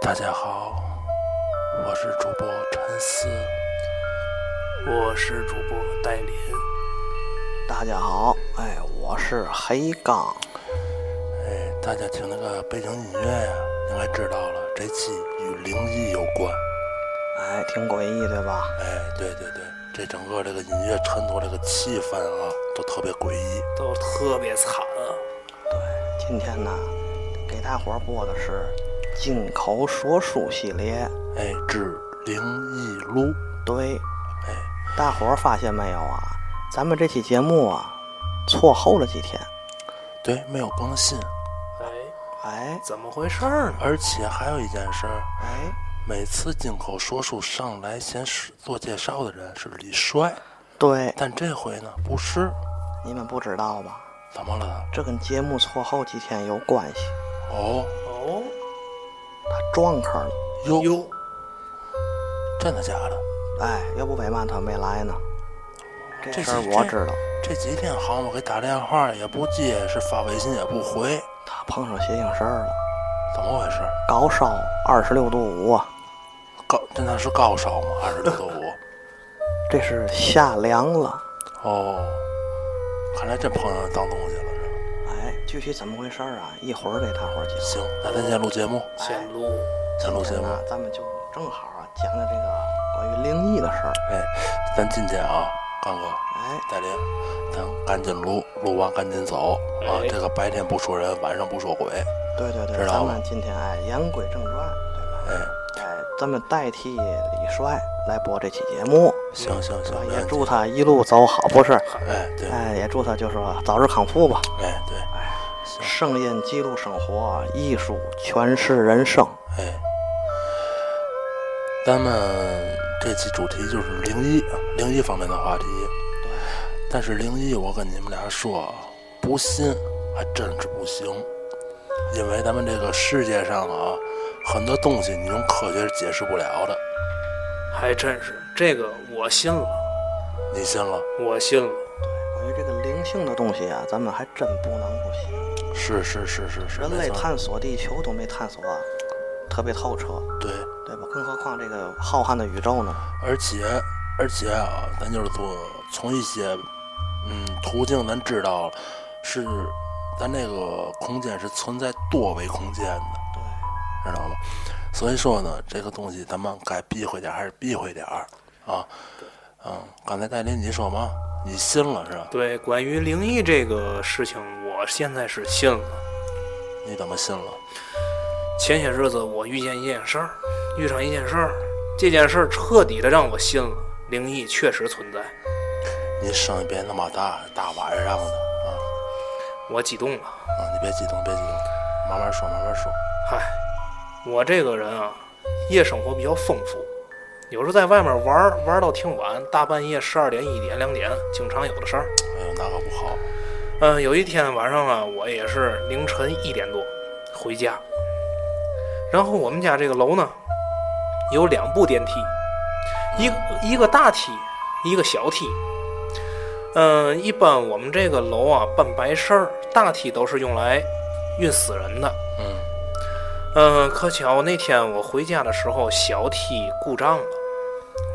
大家好，我是主播陈思，我是主播戴林。大家好，哎，我是黑刚，哎，大家听那个背景音乐呀、应该知道了，这期与灵异有关。哎，挺诡异对吧？哎，对对对，这整个这个音乐衬托这个气氛啊，都特别诡异。都特别惨啊！对，今天呢，给大伙儿播的是进口说书系列。哎，之灵异录，对，哎，大伙儿发现没有啊？咱们这期节目啊，错后了几天。对，没有更新，哎，哎怎么回事儿呢？而且还有一件事儿，哎，每次金口说书上来先是做介绍的人是李帅，对，但这回呢不是，你们不知道吧？怎么了？这跟节目错后几天有关系，哦，哦，他撞坑了。哟哟，真的假的？哎，要不为嘛他没来呢？这这事儿是我这知道，这几天好像我给打电话也不接，是发微信也不回，他碰上邪性事儿了，怎么回事？高烧二十六度五啊，高，这那是高烧吗？二十六度五？ 这是夏凉了。哦，看来真碰上脏东西了。是哎，具体怎么回事儿啊？一会儿给大伙儿讲。吧行，那咱先录节目，显露先录今节天目。呢，咱们就正好啊，讲讲这个关于灵异的事儿。哎，咱今天啊，刚哥、哎，戴林，咱赶紧录，录完赶紧走啊！哎这个白天不说人，晚上不说鬼。对对对，知道咱了们今天哎言归正传，对吧？哎，哎，咱们代替李帅来播这期节目，行行对吧行，也哎祝他一路走好，不是？哎对，哎，也祝他就说早日康复吧。哎对，声音记录生活，啊艺术诠释人生。哎，咱们这期主题就是灵异，灵异方面的话题。但是灵异，我跟你们俩说啊，不信还真是不行，因为咱们这个世界上啊，很多东西你用科学是解释不了的。还真是这个，我信了，你信了？我信了。哎关于这个灵性的东西啊，咱们还真不能不信。是是是是是，人没类错探索地球都没探索啊特别透彻，对，对吧？更何况这个浩瀚的宇宙呢？而且而且啊，咱就是说从一些嗯途径，咱知道是咱那个空间是存在多维空间的，对，知道吗？所以说呢，这个东西咱们该避讳点儿还是避讳点儿啊。嗯，刚才戴林你说嘛，你信了是吧？对，关于灵异这个事情，我现在是信了。你怎么信了？前些日子我遇见一件事儿，遇上一件事儿，这件事儿彻底的让我信了，灵异确实存在。你声音别那么大，大晚上的啊我激动了，啊！你别激动，别激动，慢慢说，慢慢说。嗨，我这个人啊，夜生活比较丰富，有时候在外面玩儿玩儿到挺晚，大半夜十二点、一点、两点，经常有的事儿。哎呦，那可不好。嗯，有一天晚上啊，我也是凌晨一点多回家，然后我们家这个楼呢有两部电梯，一个一个大梯，一个小梯。嗯，一般我们这个楼啊办白事儿，大梯都是用来运死人的。嗯，嗯，可巧那天我回家的时候，小梯故障了，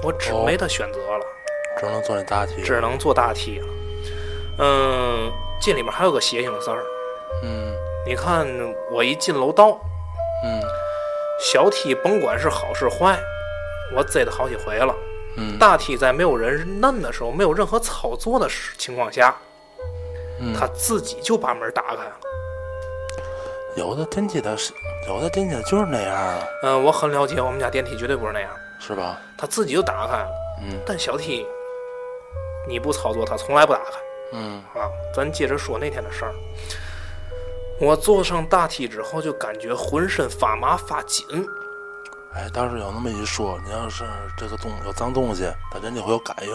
我只哦没得选择了。只能做你大题。只啊能做大梯了。嗯，这里面还有个邪性的事儿，嗯，你看我一进楼道，嗯小 T 甭管是好是坏，我贼了好几回了。嗯大 T 在没有人摁的时候，没有任何操作的时情况下，嗯，他自己就把门打开了。有的电梯它是，有的电梯它就是那样啊，嗯，我很了解，我们家电梯绝对不是那样，是吧？他自己就打开了。嗯但小 T，你不操作，他从来不打开。嗯啊，咱接着说那天的事儿。我坐上大 T 之后，就感觉浑身发麻发紧。哎，倒是有那么一说，你要是这个东有脏东西，它人体会有感应，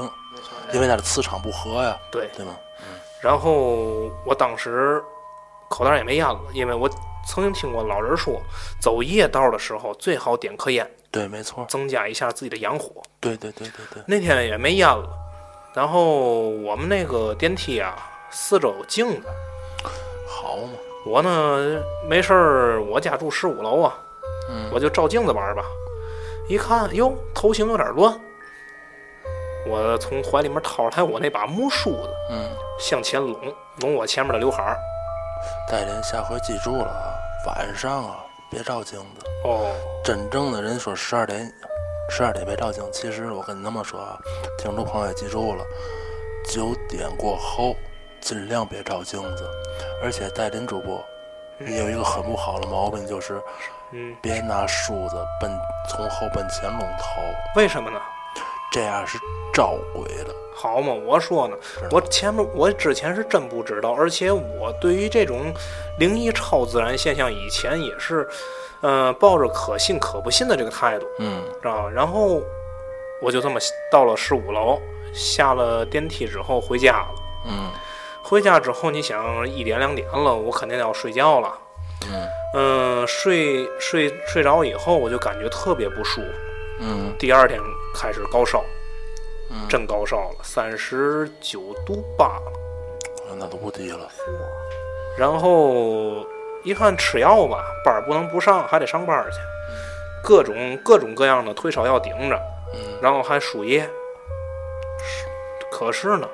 因为它的磁场不合呀，对，对吗？然后我当时口袋也没烟了，因为我曾经听过老人说，走夜道的时候最好点颗烟，对，没错，增加一下自己的阳火。对对对对对，那天也没烟了，然后我们那个电梯啊，四周有镜子。好嘛，我呢没事儿，我家住十五楼啊，嗯我就照镜子玩儿吧。一看，哟，头型有点乱。我从怀里面掏出来我那把木梳子，嗯，向前拢，拢我前面的刘海儿。戴琳下回记住了啊，晚上啊别照镜子，哦，真正的人说十二点，十二点别照镜。其实我跟你那么说啊，听众朋友也记住了，九点过后尽量别照镜子。而且戴林主播，你有一个很不好的毛病，就是嗯，别拿梳子奔从后奔前拢头，为什么呢？这样是招鬼的。好嘛，我说呢，我前面我之前是真不知道，而且我对于这种灵异超自然现象以前也是，呃，抱着可信可不信的这个态度。嗯知道吧？啊然后我就这么到了十五楼，下了电梯之后回家了。嗯回家之后，你想一点两点了，我肯定要睡觉了。嗯嗯，睡睡睡着以后，我就感觉特别不舒服。嗯第二天开始高烧，嗯，真高烧了，三十九度八了。嗯那都不低了。然后一看吃药吧，班儿不能不上，还得上班儿去，各种各种各样的退烧药顶着，嗯然后还输液。可是呢，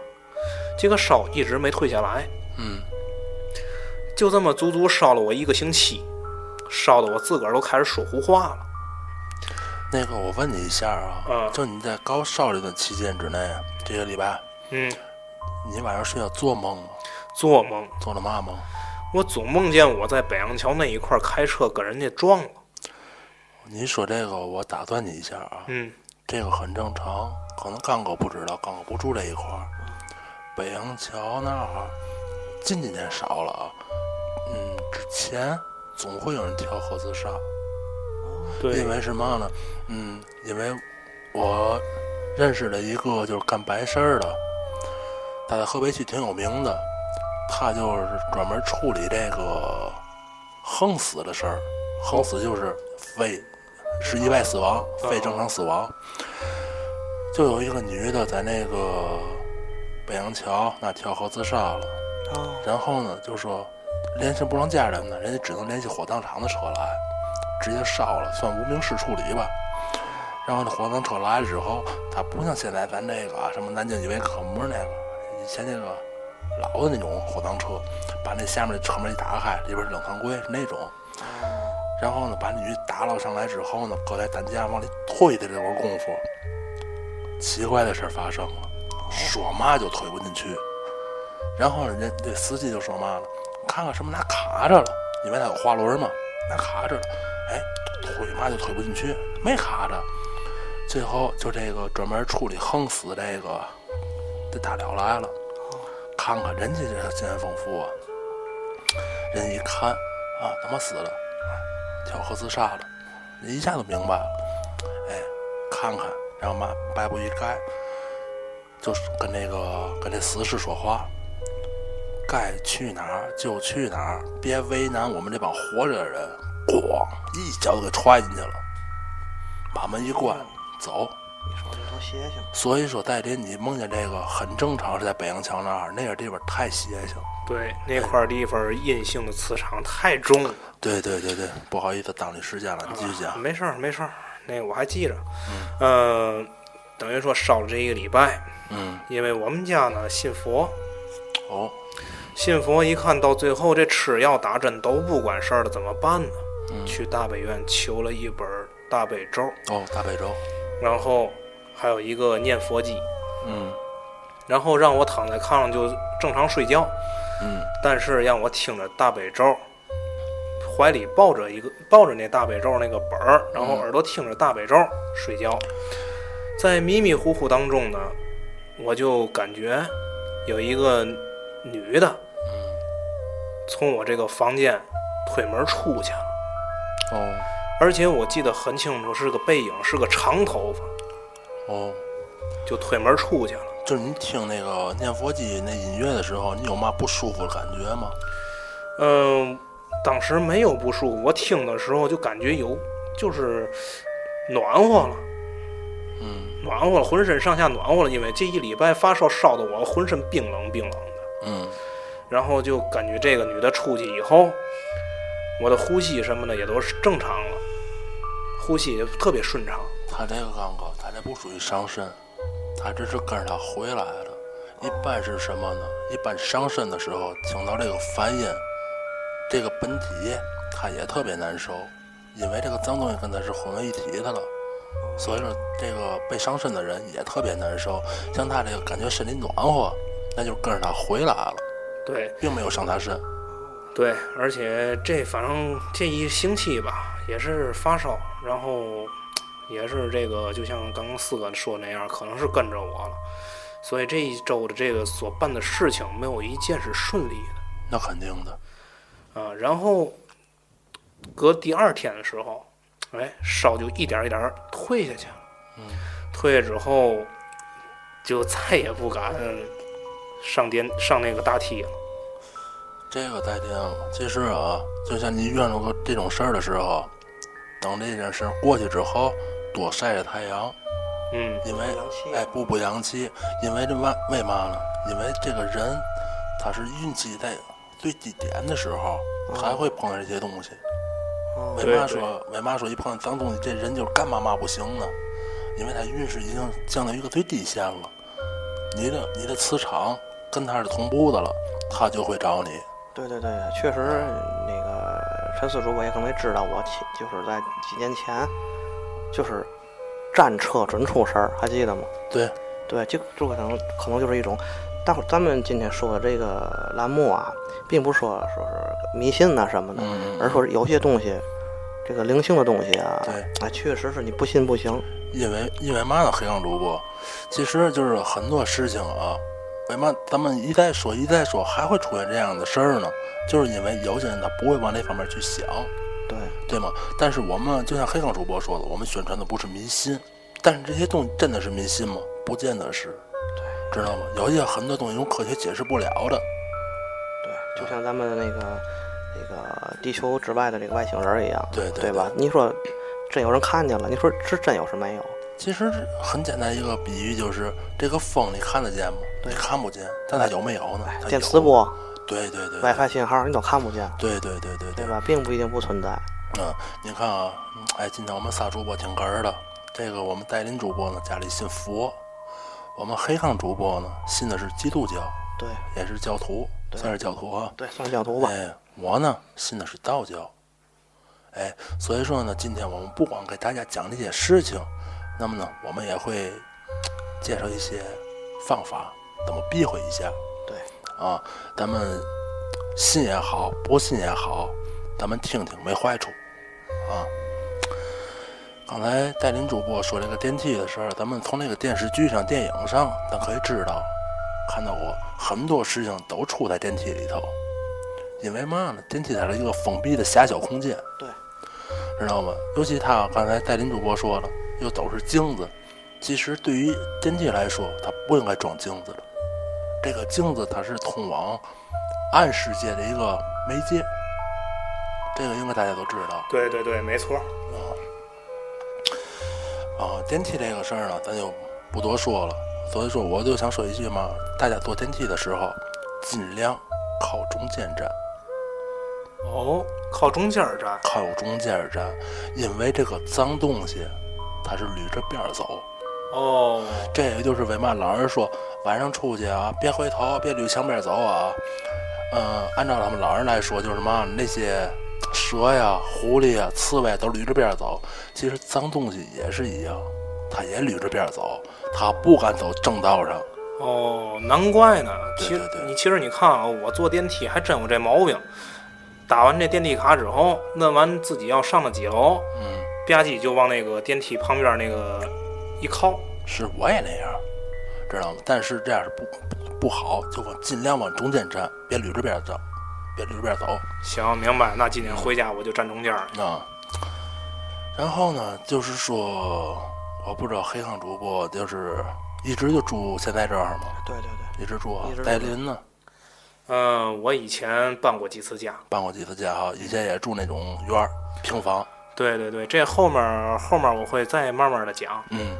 这个烧一直没退下来，嗯，就这么足足烧了我一个星期，烧得我自个儿都开始说胡话了。那个我问你一下啊，嗯就你在高烧这段期间之内，啊这个礼拜嗯，你晚上睡觉做梦吗？做梦，做了嘛梦？我总梦见我在北洋桥那一块儿开车跟人家撞了。你说这个，我打断你一下啊，嗯，这个很正常，可能刚哥不知道，刚哥不住这一块儿，北洋桥那儿近几年少了啊，嗯，之前总会有人跳河自杀，嗯对因，为什么呢？嗯，因为我认识了一个就是干白事儿的，他在河北区挺有名的，他就是专门处理这个横死的事儿。横死就是非是意外死亡，非正常死亡。就有一个女的在那个北洋桥那跳河自杀了，哦，然后呢就说联系不上家人呢，人家只能联系火葬场的车来，直接烧了，算无名氏处理吧。然后呢，火葬车来了之后，它不像现在咱这个啊什么南京一维科目那个，以前那个老的那种火葬车，把那下面的车门一打开，里边是冷藏柜是那种。然后呢，把女打捞上来之后呢，搁在担架往里推的这会儿功夫，奇怪的事儿发生了，说嘛就推不进去。然后人家这司机就说嘛了，看看什么拿卡着了，因为他有滑轮嘛，拿卡着了，哎，推嘛就推不进去，没卡着。最后就这个专门处理横死这个，这大了来了，看看人家这经验丰富啊，人一看啊，他妈死了，跳河自杀了，人一下就明白了，哎，看看，然后嘛，白布一盖，就是跟那个跟这死士说话，该去哪儿就去哪儿，别为难我们这帮活着的人。咣，一脚就给踹进去了，把门一关，走。你说这多邪性！所以说，戴林，你梦见这个很正常，是在北洋桥那儿，那个地方太邪性。对，那块地方阴性的磁场太重了。对对对对，不好意思，耽误你时间啊了，你继续 讲。没事儿，没事儿，那个我还记着。嗯、等于说烧了这一个礼拜，嗯，因为我们家呢信佛，哦，信佛一看到最后这吃药打针都不管事儿了，怎么办呢？嗯去大北院求了一本儿大悲咒，哦，大悲咒，然后还有一个念佛机，嗯然后让我躺在炕上就正常睡觉，嗯，但是让我听着大悲咒，怀里抱着一个抱着那大悲咒那个本儿，嗯然后耳朵听着大悲咒睡觉，在迷迷糊糊当中呢，我就感觉有一个女的嗯从我这个房间推门出去了，哦而且我记得很清楚，是个背影，是个长头发，哦，就推门出去了。就是你听那个念佛机那音乐的时候，你有嘛不舒服的感觉吗？嗯，当时没有不舒服，我听的时候就感觉有，就是暖和了，嗯暖和了，浑身上下暖和了，因为这一礼拜发烧烧的我浑身冰冷冰冷的，嗯然后就感觉这个女的出去以后，我的呼吸什么的也都是正常了，呼吸也特别顺畅。他这个刚哥，他这不属于伤身，他这是跟着他回来了。一般是什么呢？一般伤身的时候听到这个梵音，这个本体他也特别难受，因为这个脏东西跟他是混为一体的了。所以说，这个被伤身的人也特别难受。像他这个感觉身体暖和，那就跟着他回来了，对并没有伤他身。对，而且这反正这一星期吧，也是发烧，然后也是这个，就像刚刚四哥说那样，可能是跟着我了，所以这一周的这个所办的事情没有一件是顺利的那肯定的，啊。然后隔第二天的时候，哎，烧就一点儿一点儿退下去了，退下之后就再也不敢上电上那个大梯了。这个代听，其实啊，就像你遇到过这种事儿的时候，等这件事儿过去之后，多晒晒太阳，嗯，因为阳气啊哎补补阳气，因为这嘛为嘛呢？因为这个人他是运气在最低点的时候，还会碰上这些东西。嗯哦，为嘛说为嘛说一碰上脏东西，这人就干嘛嘛不行呢？因为他运势已经降到一个最低线了，你的你的磁场跟他是同步的了，他就会找你。对对对，确实那个陈四主播也可能也知道我起，就是在几年前，就是战车准出事儿，还记得吗？对，对，就就可能可能就是一种，但咱们今天说的这个栏目啊，并不是说说是迷信呐、什么的，嗯而说是有些东西，这个灵性的东西啊，对哎，确实是你不信不行。因为因为嘛呢，黑羊主播，其实就是很多事情啊，为嘛咱们一再说一再说，还会出现这样的事儿呢？就是因为有些人他不会往这方面去想，对，对吗？但是我们就像黑羊主播说的，我们宣传的不是迷信，但是这些东西真的是迷信吗？不见得是，对，知道吗？有些很多东西用科学解释不了的，对，就像咱们那个那个地球之外的这个外星人一样，对对对吧？你说真有人看见了，你说是真有是没有？其实很简单一个比喻就是，这个风你看得见吗？你看不见，但它有没有呢？它有哎电磁，波、对对对 WiFi 信号你都看不见，对对对对对吧？并不一定不存在。嗯，你看啊，嗯哎，今天我们仨主播挺哏儿的。这个我们戴林主播呢，家里信佛；我们黑杠主播呢，信的是基督教，对也是教徒，算是教徒啊。对，算教徒吧。哎，我呢信的是道教。哎，所以说呢，今天我们不光给大家讲这些事情，那么呢，我们也会介绍一些方法，怎么避讳一下。对啊，咱们信也好，不信也好，咱们听听没坏处啊。刚才戴林主播说这个电梯的事儿，咱们从那个电视剧上、电影上，咱可以知道，看到过很多事情都出在电梯里头。因为嘛呢？电梯它是一个封闭的狭小空间，对，知道吗？尤其他刚才戴林主播说了，又都是镜子。其实对于电梯来说，它不应该装镜子的。这个镜子它是通往暗世界的一个媒介，这个应该大家都知道。对对对，没错。啊，电梯这个事儿呢，咱就不多说了。所以说，我就想说一句嘛，大家坐电梯的时候，尽量靠中间站，哦，靠中间儿站。靠中间站，因为这个脏东西，它是捋着边儿走。哦，这也就是为嘛老人说晚上出去啊，别回头，别捋墙边走啊。呃，按照咱们老人来说，就是什么那些蛇呀、狐狸呀、刺猬都捋着边儿走，其实脏东西也是一样，它也捋着边儿走，它不敢走正道上。哦，难怪呢。对其实对对你其实你看啊，我坐电梯还真有这毛病。打完这电梯卡之后，问完自己要上的几楼，嗯，吧唧就往那个电梯旁边那个一靠。是我也那样，知道吗？但是这样是不不不好，就往尽量往中间站，别捋着边儿走，别捋着边儿走。行，明白。那今天回家我就站中间了。啊。然后呢，就是说，我不知道黑坑主播就是一直就住现在这儿吗？对对对，一直住啊一直住戴林呢，嗯、我以前搬过几次家。搬过几次家哈，以前也住那种院儿平房，对对对，这后面后面我会再慢慢的讲。嗯，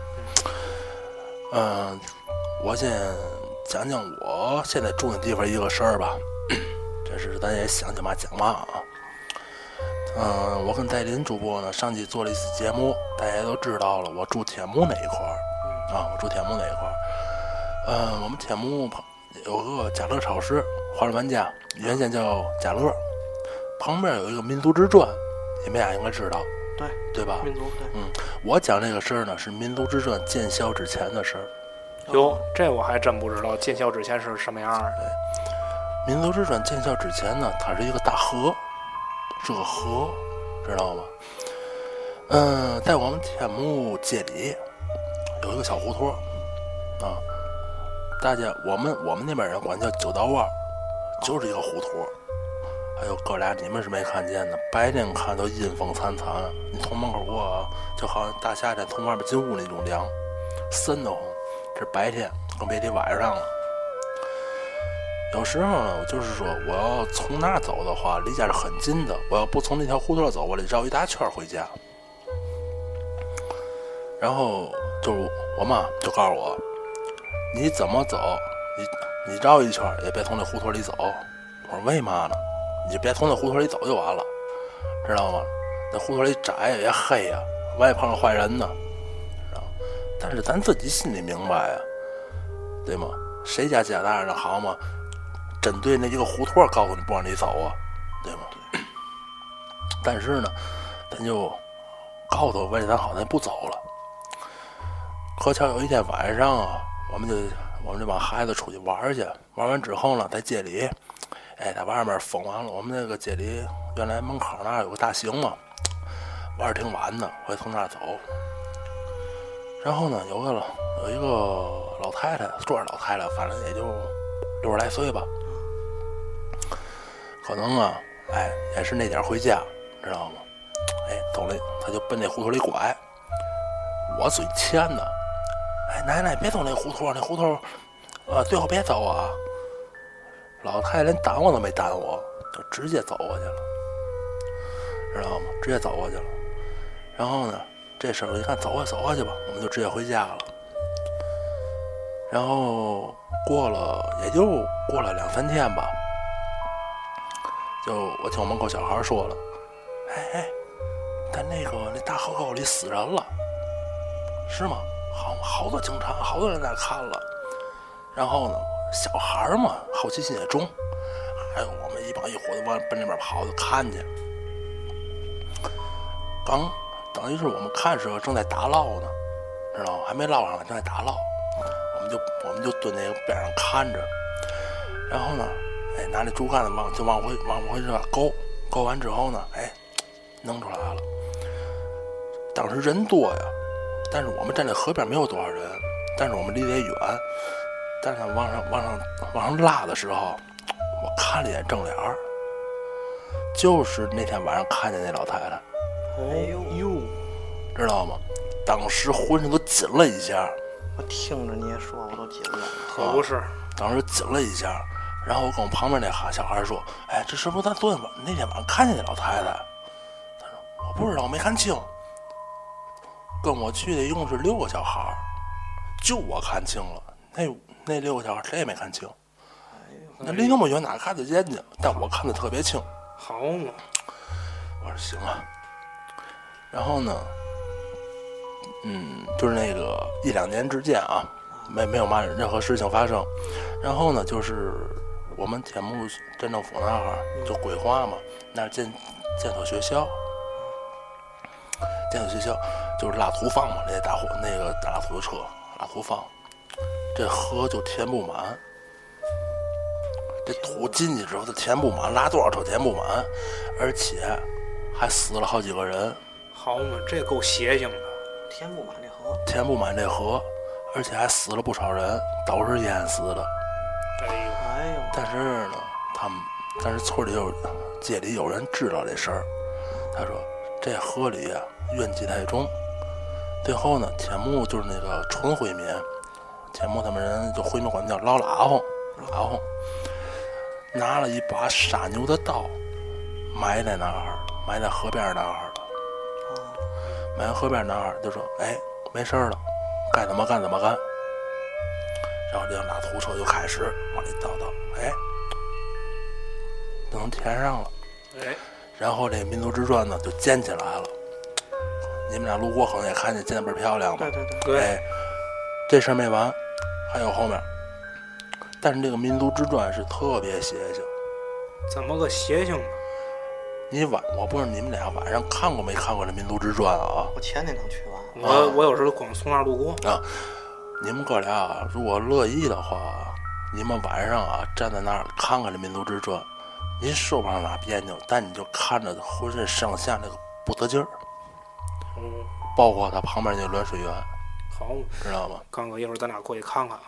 嗯、我先讲讲我现在住的地方一个事儿吧， 这是咱也想讲嘛讲嘛啊。嗯、我跟戴林主播呢，上期做了一次节目，大家都知道了，我住铁木那一块儿啊，我住铁木那一块儿。嗯、我们铁木旁有个家乐超市，华人玩家原先叫家乐，旁边有一个民族之转，你们俩应该知道，对对吧？民族对，我讲这个事儿呢，是民族之战建校之前的事儿。哟，哦这我还真不知道建校之前是什么样儿的。民族之战建校之前呢，它是一个大河，是个河，知道吗？嗯，在我们天目街里有一个小胡同儿啊，大家我们我们那边人管叫九道弯儿，就是一个胡同儿。还有哥俩，你们是没看见的，白天看都阴风惨惨，你从门口过啊，就好像大夏天从外面进屋那种凉，瘆得慌。这白天更别提晚上了。有时候呢，我就是说，我要从那儿走的话，离家是很近的。我要不从那条胡同走，我得绕一大圈儿回家。然后就是我妈就告诉我，你怎么走，你你绕一圈儿也别从那胡同里走。我说为嘛呢？你就别从那胡同里走就完了，知道吗？那胡同里窄呀，也黑呀，万一碰上坏人呢，知道吗？但是咱自己心里明白呀、对吗？谁家家大人好嘛？针对那一个胡同儿告诉你不让你走啊，对吗？但是呢，咱就告诉他为咱好，咱不走了。可巧有一天晚上啊，我们就我们这帮孩子出去玩儿去，玩完之后呢，在街里，哎，在外面疯完了。我们那个街里原来门口那儿有个大型嘛，玩儿挺晚的，我也从那儿走。然后呢，有个老有一个老太太，多少老太太，反正也就六十来岁吧，可能啊，哎，也是那点儿回家，知道吗？哎，走了，他就奔那胡同里拐。我嘴欠呢，哎，奶奶别走那胡同，那胡同，呃，最后别走啊！老太太连挡我都没挡我，就直接走过去了，知道吗？直接走过去了。然后呢，这时候一看走啊走啊去吧，我们就直接回家了。然后过了也就过了两三天吧，就我听我门口小孩说了，哎哎，但那个那大河沟里死人了，是吗？好好多警察，好多人在看了。然后呢，小孩儿嘛，好奇心也重，哎呦，我们一帮一伙子往奔那边跑，就看去。刚等于是我们看时候正在打捞呢，知道吗？还没捞上来，正在打捞，我们就我们就蹲那个边上看着，然后呢，哎，拿那竹竿子往就往回往回这勾，勾完之后呢，哎，弄出来了。当时人多呀，但是我们站在河边没有多少人，但是我们离得也远，但是往上往上往上拉的时候，我看了一眼正脸儿，就是那天晚上看见那老太太。哎呦，哟，知道吗？当时浑身都紧了一下，我听着你也说，我都紧了。可不是。当时紧了一下，然后我跟我旁边那孩小孩说：“哎，这是不是咱昨天晚那天晚上看见那老太太？”他说：“我不知道，我没看清。”跟我去的一共是六个小孩儿，就我看清了，那那六个小孩儿谁也没看清。那离那么远哪看得见呢？但我看得特别清。好嘛，我说行啊。然后呢，嗯，就是那个一两年之间啊，没没有嘛任何事情发生。然后呢，就是我们铁木镇政府那儿就规划嘛，那儿建建所学校，建所学校就是拉土方嘛，那大货那个大拉土的车拉土方，这河就填不满，这土进去之后它填不满，拉多少车填不满，而且还死了好几个人，好嘛，这够邪性的。填不满这河，填不满这河，而且还死了不少人，都是淹死的。哎呦，哎呦，但是呢，他们但是村里有街里有人知道这事儿，他说这河里啊怨气太重，最后呢，铁木就是那个纯回民，铁木他们人就回民管叫老喇红，喇红拿了一把杀牛的刀，埋在那儿，埋在河边那儿了，埋在河边那儿就说哎没事儿了，该怎么干怎么干。然后这辆大土车就开始往里倒倒，哎，能填上了。哎，然后这民族之砖呢就建起来了。你们俩路过可能也看见，建得倍儿漂亮吧对？对对，对，哎，这事儿没完，还有后面。但是这个民族之砖是特别邪性。怎么个邪性呢？你晚，我不知道你们俩晚上看过没看过这民族之砖啊？我前天刚去完，我我有时候光从那儿路过，你们哥俩啊如果乐意的话，你们晚上啊站在那儿看看这民族之砖，您说不上哪别扭，但你就看着浑身上下那个不得劲儿，嗯，包括它旁边那暖水源，好嘛，知道吗？刚哥，一会儿咱俩过去看看啊。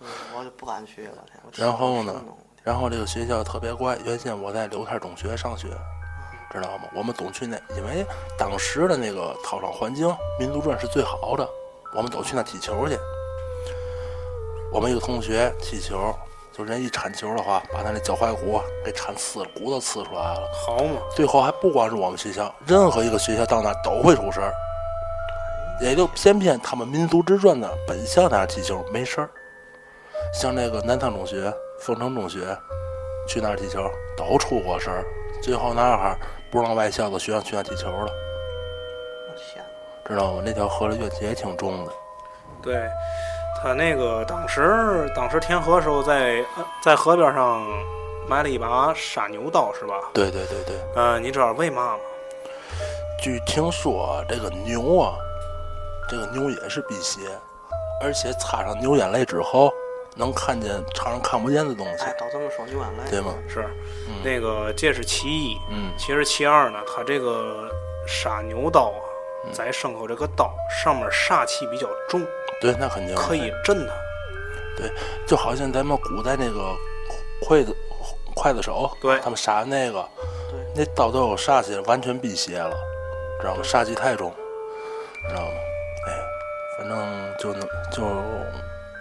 嗯我就不敢去了。我天然后呢我听着然后这个学校特别怪，原先我在刘太中学上学，知道吗？我们总去那，因为当时的那个操场环境，民族转是最好的，我们都去那踢球去。我们一个同学踢球，就人一铲球的话，把他那脚踝骨啊给铲刺了，骨头刺出来了。好嘛，最后还不光是我们学校，任何一个学校到那儿都会出事儿。也就偏偏他们民族之传呢，本校那儿踢球没事儿，像那个南昌中学、凤城中学，去那儿踢球都出过事儿。最后那儿不让外校的学生去那儿踢球了，我天哪，知道吗？那条河的怨气也挺重的。对，他那个当时当时填河的时候在，呃在河边上埋了一把杀牛刀是吧？对 对对对，嗯、你知道为嘛吗？据听说啊这个牛啊，这个牛也是辟邪，而且擦上牛眼泪之后，能看见常人看不见的东西，哎，都这么说流眼泪，对吗？是，那个这是其一，嗯其实其二呢，他这个杀牛刀啊，在牲口这个刀上面煞气比较重，，对，那肯定可以震它。就好像咱们古代那个刽子刽子手，对他们杀那个，对那刀都有煞气，完全辟邪了，知道吗？煞气太重，知道吗？哎，反正就能就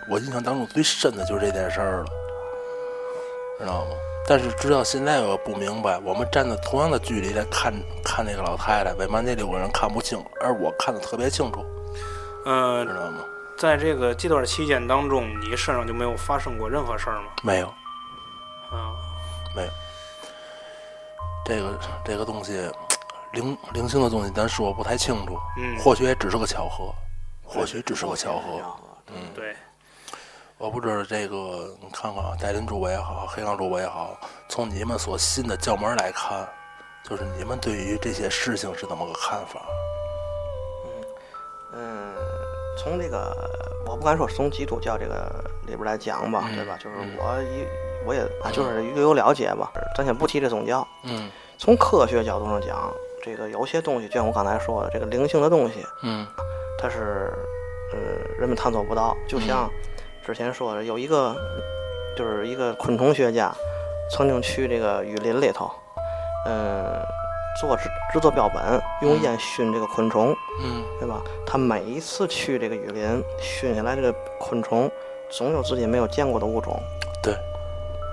我印象当中最深的就是这件事儿了，知道吗？但是直到现在我不明白，我们站在同样的距离来看看那个老太太，为嘛那六个人看不清，而我看的特别清楚，嗯、知道吗？在这个这段期间当中，你身上就没有发生过任何事儿吗？没有。啊，没有。这个这个东西，灵灵性的东西，咱说不太清楚，嗯或许也只是个巧合，或许只是个巧合。嗯对，我不知道这个，你看看啊，戴林主播也好，黑钢主播也好，从你们所信的教门来看，就是你们对于这些事情是怎么个看法？嗯，从这个我不敢说从基督教这个里边来讲吧，对吧？就是我一我也啊，就是略有了解吧。咱先不提这宗教，嗯从科学角度上讲，这个有些东西，就像我刚才说的，这个灵性的东西，嗯它是呃人们探索不到。就像之前说的，有一个就是一个昆虫学家曾经去这个雨林里头，嗯、做制制作标本，用烟熏这个昆虫。嗯对吧？他每一次去这个雨林熏下来这个昆虫，总有自己没有见过的物种。对，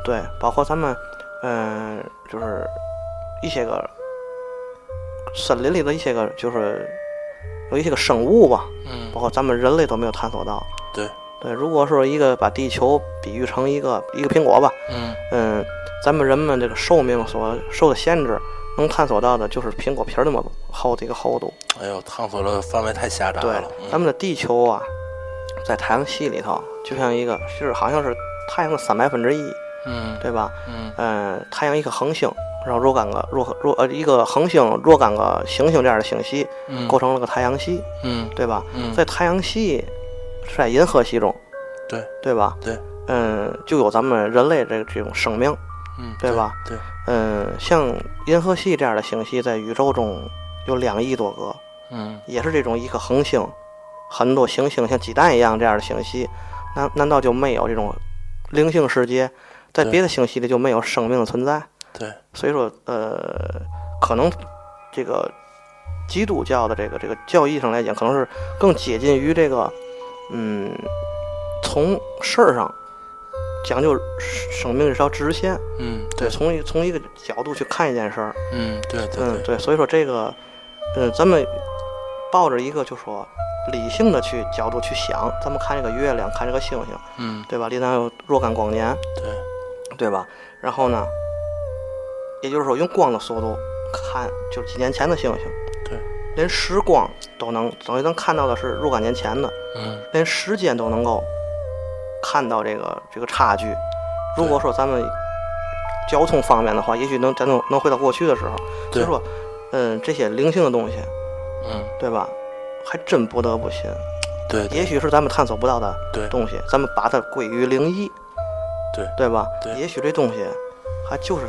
对，包括咱们，嗯、就是一些个森林里的一些个，就是有一些个生物吧，嗯包括咱们人类都没有探索到。对对，如果说一个把地球比喻成一个一个苹果吧，嗯嗯，咱们人们这个寿命所受的限制，能探索到的就是苹果皮儿那么厚的一个厚度。哎呦，探索的范围太狭窄对了。，嗯咱们的地球啊，在太阳系里头，就像一个就是好像是太阳的三百分之一，嗯对吧？嗯嗯，太阳一颗恒星，然后若干个若若呃一个恒星若干个行星这样的星系嗯，构成了个太阳系，嗯对吧？嗯，在太阳系是在银河系中，对对吧？对，嗯，就有咱们人类这这种生命，嗯对吧？对，嗯，像银河系这样的星系在宇宙中有两亿多个，嗯也是这种一颗恒星，很多行星像鸡蛋一样这样的星系，难难道就没有这种零星世界？在对别的星系里就没有生命的存在？对，所以说，呃，可能这个基督教的这个这个教义上来讲，可能是更接近于这个，嗯，从事儿上讲究生命这条直线，嗯对，从一从一个角度去看一件事儿，嗯对对嗯，对，对，所以说这个，嗯，咱们抱着一个就说理性的去角度去想，咱们看这个月亮，看这个星星，嗯对吧？离咱有若干光年，对，对吧？然后呢，也就是说用光的速度看，就几年前的星星，对，连时光都能等于能看到的是若干年前的，嗯连时间都能够看到这个这个差距。如果说咱们交通方面的话，也许能咱能能回到过去的时候。所对以说，嗯，这些灵性的东西，嗯对吧？还真不得不信，对对也许是咱们探索不到的对东西，咱们把它归于灵异，对对吧？对也许这东西还就是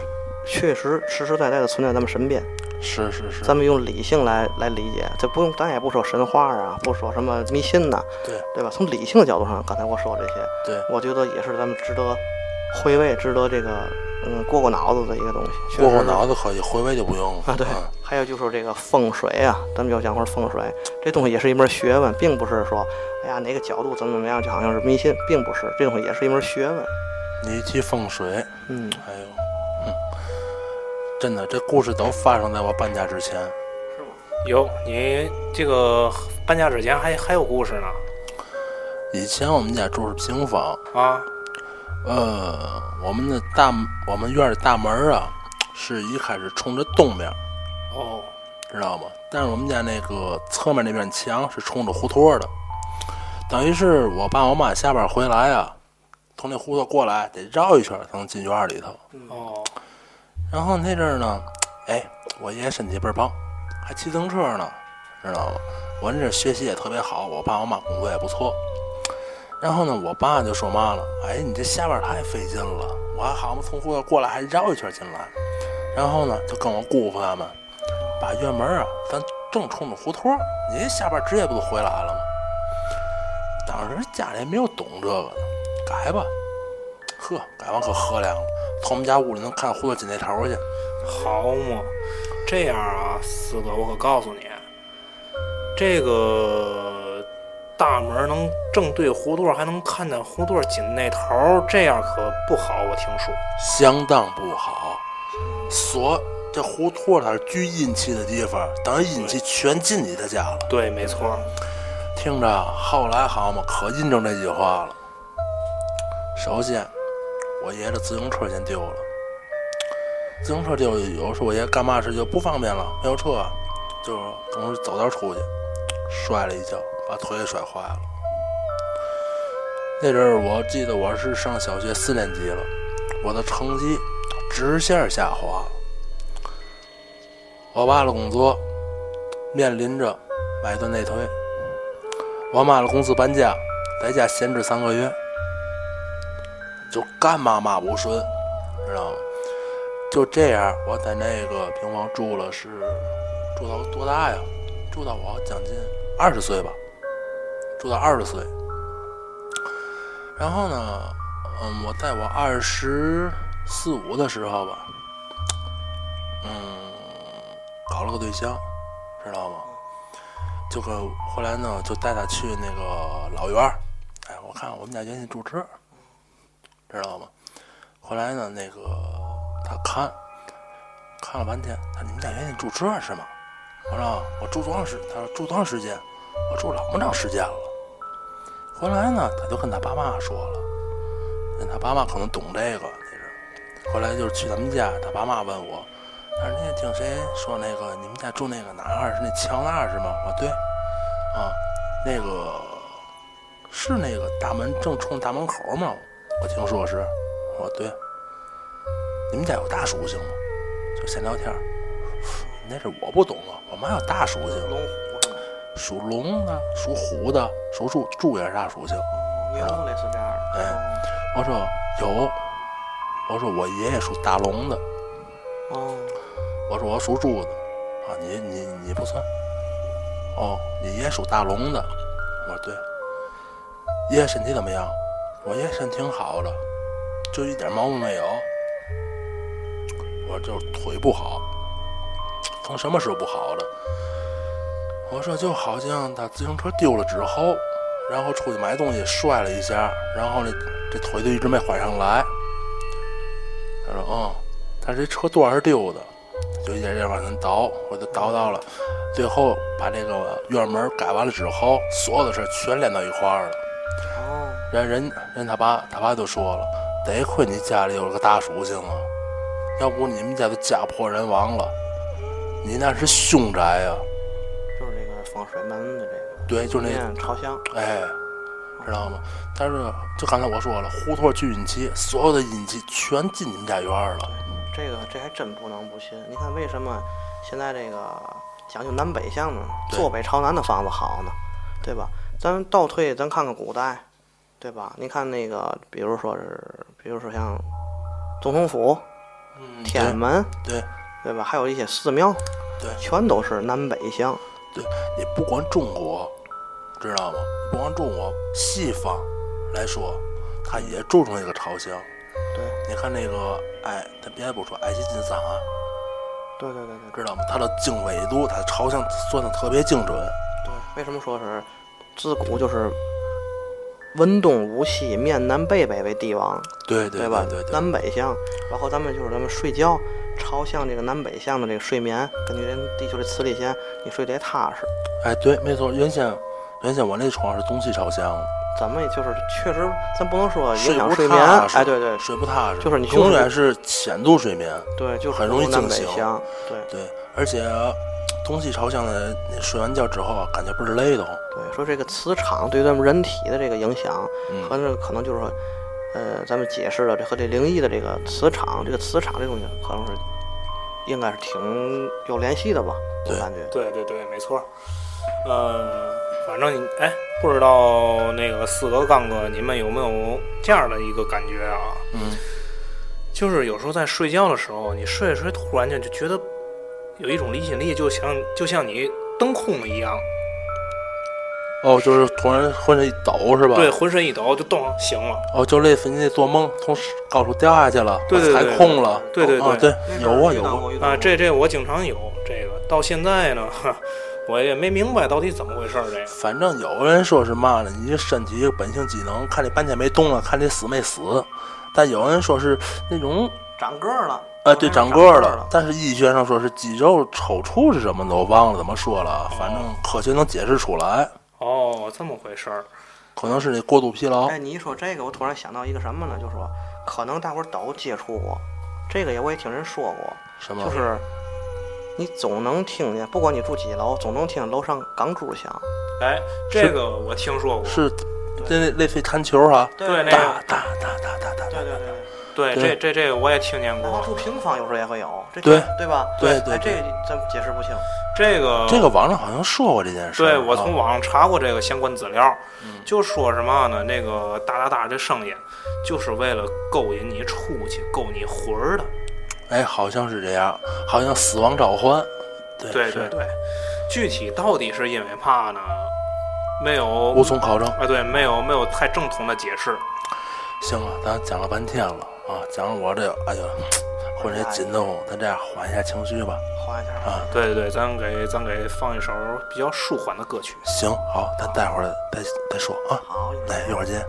确实实实在在的存在咱们身边，是是是，咱们用理性来来理解，这不用，咱也不说神话啊，不说什么迷信呐、对对吧？从理性的角度上，刚才我说这些，对我觉得也是咱们值得回味、值得这个嗯过过脑子的一个东西。确实过过是脑子可以，回味就不用了啊，对，还有就是这个风水啊，咱们要讲会儿风水，这东西也是一门学问，并不是说，哎呀哪个角度怎么怎么样，就好像是迷信，并不是，这东西也是一门学问。你一提风水，嗯，哎呦，哼，真的，这故事都发生在我搬家之前。有你这个搬家之前还还有故事呢以前我们家住是平房，啊！呃，我们的大我们院儿的大门儿啊，是一开始冲着东面儿，哦，知道吗？但是我们家那个侧面那面墙是冲着胡同儿的，等于是我爸我妈下班回来啊，从那胡同过来得绕一圈儿才能进院儿里头。哦，然后那阵儿呢，哎，我爷爷身体倍儿棒，还骑自行车呢，知道吗？我那阵儿学习也特别好，我爸我妈工作也不错。然后呢，我爸就说嘛了，哎，你这下边太费劲了，我还好不从胡同过来还绕一圈进来。然后呢，就跟我姑父他们把院门啊，咱正冲着胡同儿，你下班直接不就回来了吗？当时家里也没有懂这个的，改吧，呵，改完可喝凉了，从我们家屋里能看胡同尽那头儿去。好嘛，这样啊，四哥，我可告诉你，这个大门能正对胡同，还能看见胡同紧那头儿，这样可不好。我听说，相当不好。所这胡同它是聚阴气的地方，等于阴气全进你的家了。对，没错，听着啊，后来好嘛，可印证这句话了。首先，我爷的自行车先丢了，自行车丢了，有时候我爷干嘛事就不方便了，没有车啊，就是总是走道出去，摔了一跤，把腿给摔坏了。那阵儿我记得我是上小学四年级了，我的成绩直线下滑。我爸的工作面临着买断内推，我妈的公司搬家，在家闲置三个月，就干嘛嘛不顺，知道吗？就这样，我在那个平房住了是住到多大呀？住到我将近二十岁吧，住到二十岁。然后呢，嗯，我在我二十四五的时候吧，嗯，搞了个对象，知道吗？就跟后来呢，就带他去那个老院儿。哎，我看我们家原先住这儿，知道吗？后来呢，那个他看看了半天，他说你们家原先住这儿是吗？我说我住多长时？他说住多长时间？我住老么长时间了。后来呢，他就跟他爸妈说了，那他爸妈可能懂这个，那是。后来就是去他们家，他爸妈问我，他说：“那听谁说那个你们家住那个哪儿是那墙那儿是吗？”我说：“对，啊，那个哦是那个大门正冲大门口吗？我听说是。”我说：“对。”你们家有大属性吗？”就闲聊天儿。那是我不懂啊，我妈有大属性，龙虎，属龙的，属虎的，属猪，猪也是大属性。原木类似这样的。哎我说有，我说我爷爷属大龙的，哦，我说我属猪的，啊，你你你不算，哦，你爷属大龙的，我说对，爷爷身体怎么样？我爷爷身体挺好的，就一点毛病没有，我就是腿不好，从什么时候不好的？我说就好像他自行车丢了之后，然后出去买东西摔了一下，然后呢这腿就一直没缓上来。他说嗯，他这车多少是丢的，就一点点往前倒，我就倒到了，最后把这个院门改完了之后，所有的事儿全连到一块儿了。哦，人人人他爸他爸就说了，得亏你家里有个大属性啊，要不你们家都家破人亡了。你那是凶宅呀、就是这个风水门的这对，就个那面朝向。哎，知道吗？但是就刚才我说了，胡同聚阴气，所有的阴气全进你们家院儿了。这个这还真不能不信。你看为什么现在这个讲究南北向呢？对坐北朝南的房子好呢，对吧？咱倒退，咱看看古代，对吧？你看那个，比如说是，比如说像总统府、嗯天安门，对，对吧？还有一些寺庙，对全都是南北向。对，你不光中国，知道吗？不光中国，西方来说，它也注重这个朝向。对，你看那个，哎，咱别的不说，埃及金字塔，啊对对对对知对道吗？它的经纬度，它的朝向算的特别精准。对。为什么说是自古就是文东武西面南北北为帝王？对对吧？对对南北向，然后咱们就是咱们睡觉朝向这个南北向的这个睡眠，根据人地球的磁力线，你睡得踏实。哎，对，没错。原先原先我那床是东西朝向的，咱们也就是确实，咱不能说睡影响不啊睡眠踏，实哎，对对睡不踏实，就是你永远是浅度睡眠。对，就是很容易南惊北醒向，对对，而且呃东西朝向的，你睡完觉之后啊，感觉倍儿累的慌。对，说这个磁场对咱们人体的这个影响，和嗯，这个可能就是说，呃，咱们解释了这和这灵异的这个磁场，这个磁场这东西可能是应该是挺有联系的吧，我对感觉。对对对，没错。呃，反正你哎，不知道那个四哥杠哥，你们有没有这样的一个感觉啊？嗯，就是有时候在睡觉的时候，你睡着睡着，突然间就觉得有一种离心力，就像就像你蹬空了一样，哦，就是突然浑身一抖是吧？对，，浑身一抖就动醒了。哦，就类似于那做梦从高处掉下去了，对对对踩空了。对对哦对对，有啊有啊。啊，这这我经常有这个，到现在呢，哈我也没明白到底怎么回事儿。这个反正有人说是嘛呢，你这身体本性机能，看你半天没动了，看你死没死。但有人说是那种长个儿了，呃，对，长个儿了了，，但是医学上说是肌肉抽搐是什么的，我忘了怎么说了，反正科学能解释出来，哦，这么回事儿。可能是你过度疲劳。哎，你一说这个，我突然想到一个什么呢？就是说，可能大伙儿都接触过，这个也我也听人说过，什么？就是你总能听见，不管你住几楼，总能听见楼上钢珠响。哎，这个我听说过，是类类似于弹球啊，对对那个哒哒哒哒哒哒。对对对，对，对这这这个我也听见哪怕住过。平房，有时候也会有，这对对吧？对对哎，这对个咱们解释不清。这个这个网上好像说过这件事儿啊。嗯对我从网上查过这个相关资料，就说什么呢？那个哒哒哒这声音，就是为了勾引你出去，勾你魂儿的。哎，好像是这样，好像死亡召唤。对是对对对，具体到底是因为怕呢？没有无从考证。啊，对，没有没有太正统的解释。行了，咱讲了半天了啊，讲了我这，哎呦，浑身紧得慌，咱这样缓一下情绪吧。换一下，啊对对对，咱给咱给放一首比较舒缓的歌曲。行，好，咱待会儿再再说啊。好，来，一会儿见。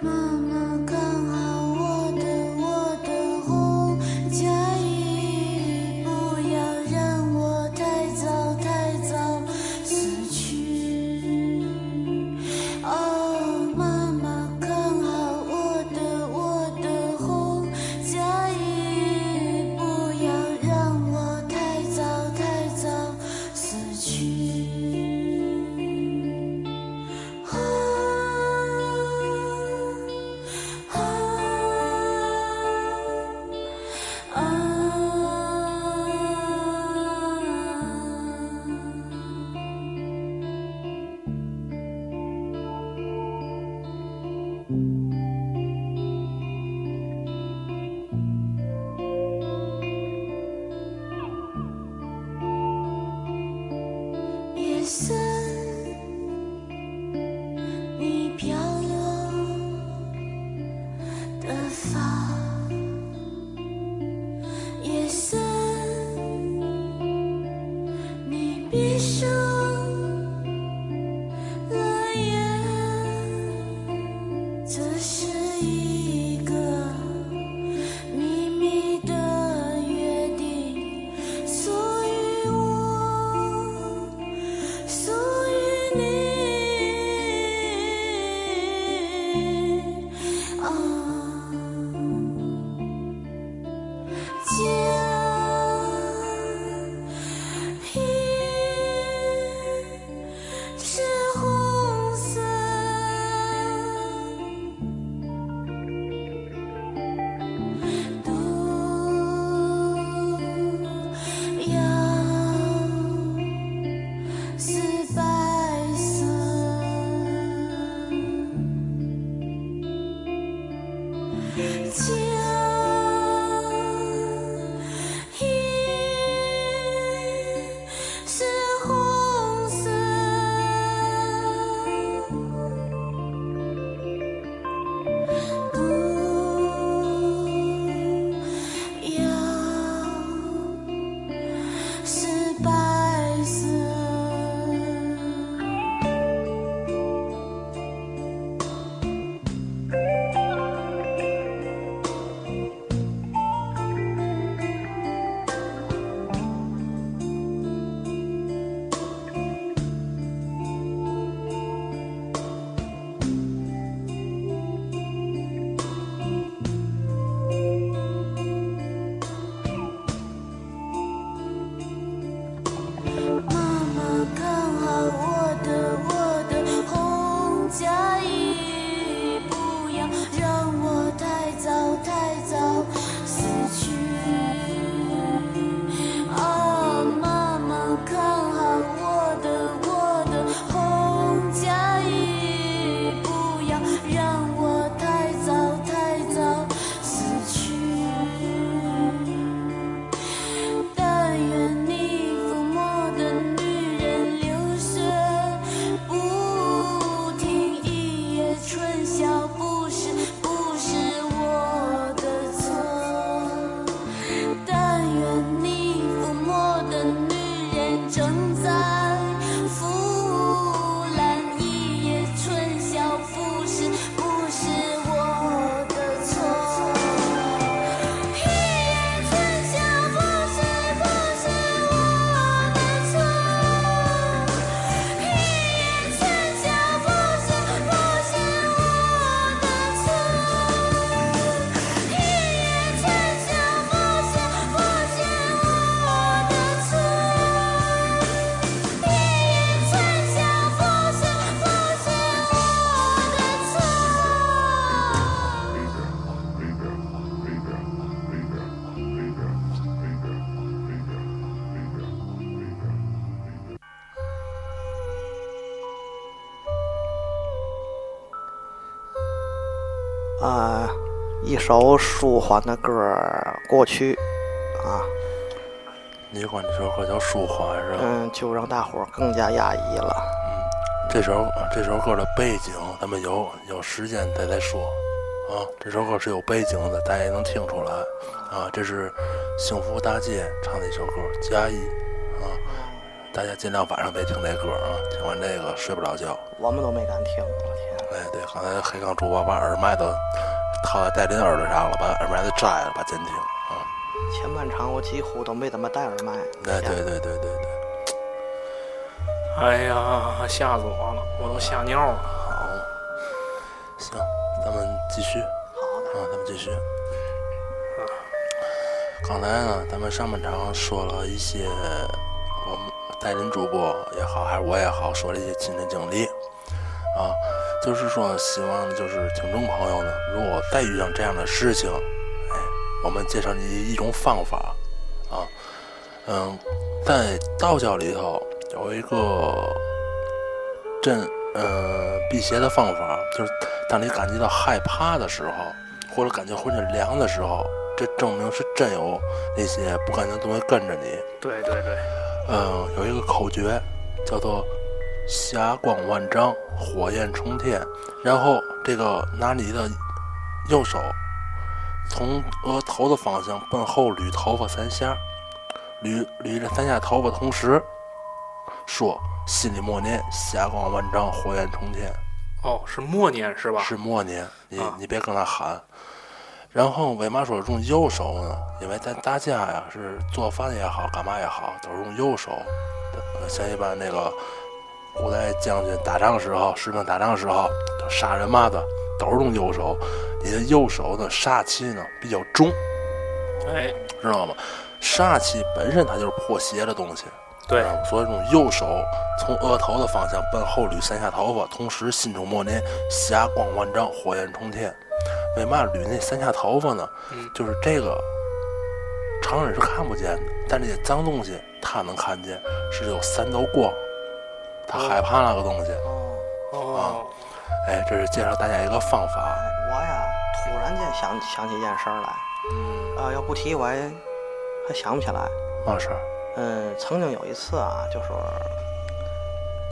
妈妈看好我的我的红森，你飘落的发，夜深，你闭上了眼，这是一个秘密的约定，属于我。属于你啊，将一是红色。独摇。是白色。将一是红色，不要是白色。妈妈看好我的我的红嫁衣，不要让我太早太早死去。啊，妈妈看好我的我的红嫁衣，不要让我太早太早死去。但愿你抚摸的女人流水不停，一夜春宵不是不是我的错。但愿你抚摸的女人正在腐烂，一夜春宵不是不是我的错。一夜春宵，不是不是我的错。一夜春宵，不是不是我的错。一夜春宵，不是不是我的错。一夜春宵，不是不是我的错。啊、一首舒缓的歌儿过去，啊，你管这首歌叫舒缓是吧？嗯，就让大伙儿更加压抑了。这首啊这首歌的背景，咱们有有时间再再说啊。这首歌是有背景的，大家也能听出来啊。这是幸福大街唱的一首歌《加一》啊，大家尽量晚上别听这歌啊，听完这个睡不着觉。我们都没敢听，我天，哎，对，刚才黑钢主播把耳麦都套在戴林耳朵上了，把耳麦都摘了，把监听啊。前半场我几乎都没怎么戴耳麦。哎，对对对对对。哎呀，吓死我了，我都吓尿了。好，行，咱们继续。好的。啊，咱们继续。刚才呢，咱们上半场说了一些我们带人主播也好，还是我也好，说了一些亲身经历。啊，就是说，希望就是听众朋友呢，如果再遇上这样的事情，哎，我们介绍你一种方法。啊，嗯，在道教里头有一个镇呃辟邪的方法，就是当你感觉到害怕的时候，或者感觉浑身凉的时候，这证明是真有那些不干净东西跟着你。呃对对对，嗯，有一个口诀叫做霞光万丈，火焰冲天。然后这个拿你的右手从额头的方向奔后捋头发三下，捋捋这三下头发，同时说心里默念：霞光万丈，火焰冲天。哦，是默念是吧？是默念，你、啊你别跟他喊。然后为嘛说用右手呢？因为咱大家呀是做饭也好，干嘛也好，都是用右手。呃像一般那个古代将军打仗时候，士兵打仗时候，都杀人嘛的，都是用右手。你的右手的煞气呢比较重，哎，知道吗？煞气本身它就是破邪的东西，对，啊所以用右手从额头的方向奔后捋三下头发，同时心中默念“霞光万丈，火焰冲天”。为嘛捋那三下头发呢？嗯就是这个常人是看不见的，但这些脏东西他能看见，是有三道光，他害怕那个东西。啊哦，哎，这是介绍大家一个方法。哎我呀，突然间想想起一件事儿来，啊、要不提我还还想不起来。嘛事儿？嗯，曾经有一次啊，就是，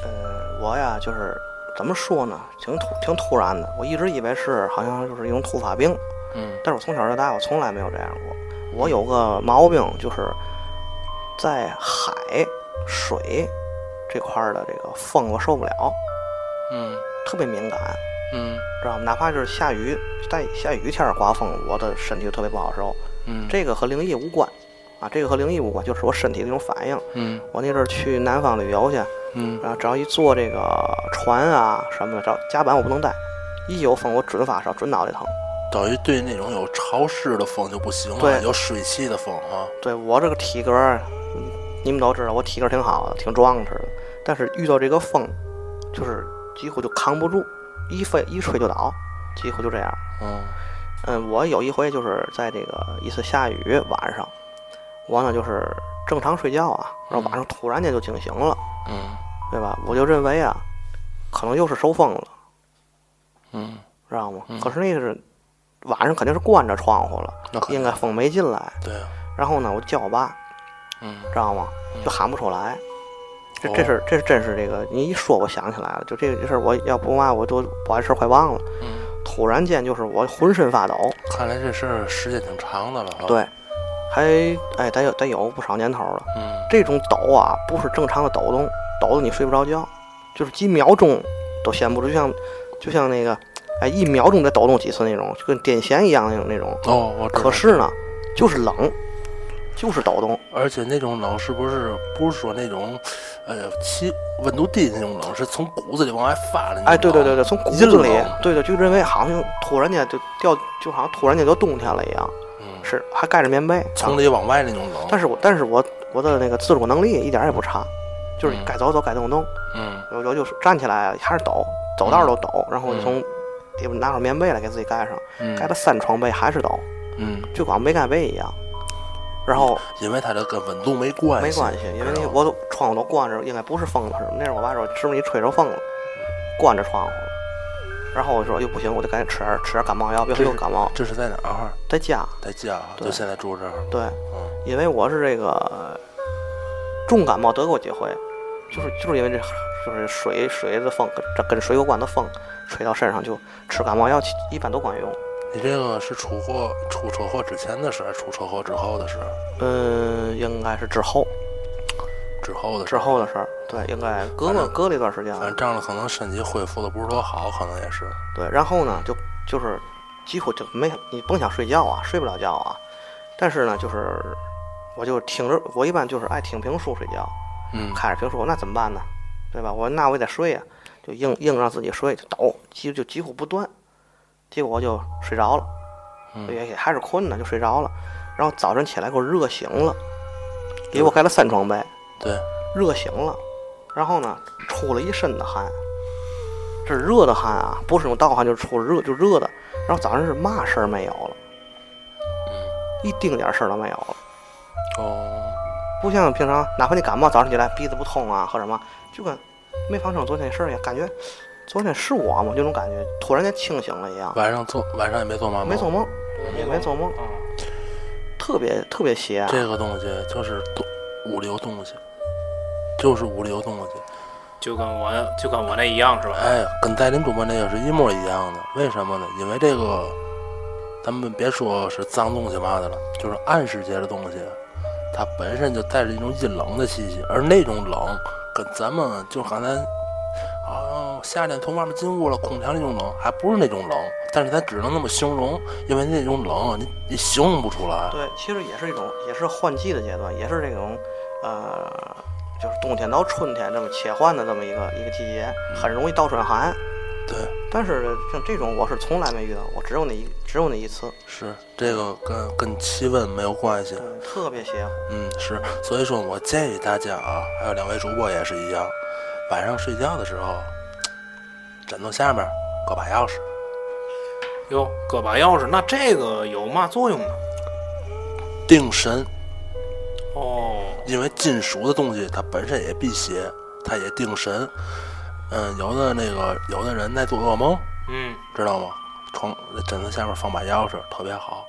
嗯，我呀，就是怎么说呢，挺突挺突然的。我一直以为是好像就是一种突发病，嗯但是我从小到大我从来没有这样过。我有个毛病，就是在海水这块儿的这个风我受不了，嗯特别敏感。嗯知道吗？哪怕就是下雨，在下雨天儿刮风，我的身体就特别不好受。嗯这个和灵异无关，啊，这个和灵异无关，就是我身体的一种反应。嗯我那阵儿去南方旅游去，嗯然后只要一坐这个船啊什么的，只要甲板我不能带，一有风我准发烧，准脑袋疼。等于对那种有潮湿的风就不行了，对有水汽的风啊哈。对我这个体格儿，嗯你们都知道，我体格儿挺好的，挺壮实的，但是遇到这个风，就是几乎就扛不住，一飞一吹就倒，几乎就这样。嗯嗯，我有一回就是在这个一次下雨晚上，我呢就是正常睡觉啊，然后晚上突然间就惊醒了，嗯对吧？我就认为啊，可能又是受风了，嗯，知道吗？可是那是晚上肯定是关着窗户了，那可应该风没进来。对啊。然后呢，我就叫我爸，嗯知道吗？就喊不出来。这哦这是这是真是这个，你一说我想起来了，就这个事儿，我要不嘛我都把这事儿快忘了。嗯，突然间就是我浑身发抖，看来这事儿时间挺长的了哈。对，还哎得有得有不少年头了。嗯这种抖啊，不是正常的抖动，抖得你睡不着觉，就是几秒钟都闲不住，就像就像那个，哎，一秒钟再抖动几次那种，就跟癫痫一样那种那种。哦，我知道可是呢，就是冷，就是抖动，而且那种冷是不是不是说那种，呃，气温度低那种冷，是从骨子里往外发的那种冷。哎，对对对对，从骨子阴冷里，对对，就认为好像突然间就掉，就好像突然间就冬天了一样，嗯，是还盖着棉被。啊从里往外那种冷。但是，是我但是我我的那个自主能力一点儿也不差，就是嗯该走走该动动。嗯我我就是站起来还是抖，走道儿都抖，然后我就从里边拿块棉被来给自己盖上，盖嗯了三床被还是抖，嗯，就光没盖被一样。然后因为它这跟温度没关没系，关系，因为知那道我都窗户都关着，应该不是风了什么。那是我爸说是不是你吹着风了，关着窗户了。然后我说又不行，我得赶紧吃点吃点感冒药，别这又是感冒，这是在哪儿？在家。在家，对就现在住这儿。对，嗯因为我是这个重感冒得过几回，就是就是因为这就是水水的风，这跟水有关的风吹到身上就吃感冒药，其一般都管用。你这个是出货出车祸之前的事儿，出车祸之后的事儿，嗯，应该是之后之后的事之儿。后的事儿，对，应该隔反了正隔了一段时间反正仗着可能身体恢复的不是多好，可能也是。对，然后呢，就就是几乎就没你甭想睡觉啊，睡不了觉啊。但是呢，就是我就听着，我一般就是爱听评书睡觉，嗯看着评书，那怎么办呢？对吧？我那我也得睡呀、就硬硬让自己睡，就抖，几乎就几乎不断，结果我就睡着了，嗯也也还是困呢，就睡着了。然后早晨起来给我热醒了，给我盖了三床被，对，热醒了，然后呢，出了一身的汗，这是热的汗啊，不是那种盗汗，就是出热就热的。然后早上是嘛事儿没有了，一丁点儿事儿都没有了，嗯哦，不像平常，哪怕你感冒，早上起来鼻子不通啊，或者什么，就跟没发生昨天的事儿一样，感觉昨天是我吗？就那种感觉，突然间清醒了一样，晚上做晚上也没做妈妈，没做梦，也没做梦，啊，特别特别邪、啊。这个东西就是东物流东西，就是物流东西。就跟我就跟我那一样是吧？哎，跟在您主播那个是一模一样的，为什么呢？因为这个，咱们别说是脏东西嘛的了，就是暗世界的东西，它本身就带着一种阴冷的气息，而那种冷跟咱们就刚才，哦，夏天从外面进屋了，空调那种冷还不是那种冷，但是咱只能那么形容，因为那种冷你你形容不出来。对，其实也是一种，也是换季的阶段，也是这种，呃，就是冬天到春天这么切换的这么一个一个季节，很容易倒春寒。对，但是像这种我是从来没遇到过，只有那一只有那一次，是这个跟跟气温没有关系。嗯，特别邪乎。嗯，是，所以说我建议大家啊，还有两位主播也是一样，晚上睡觉的时候，枕头下面搁把钥匙，哟，搁把钥匙，那这个有嘛作用呢？定神，哦，因为金属的东西它本身也辟邪，它也定神。嗯，有的那个有的人在做噩梦，嗯，知道吗？床枕头下面放把钥匙特别好，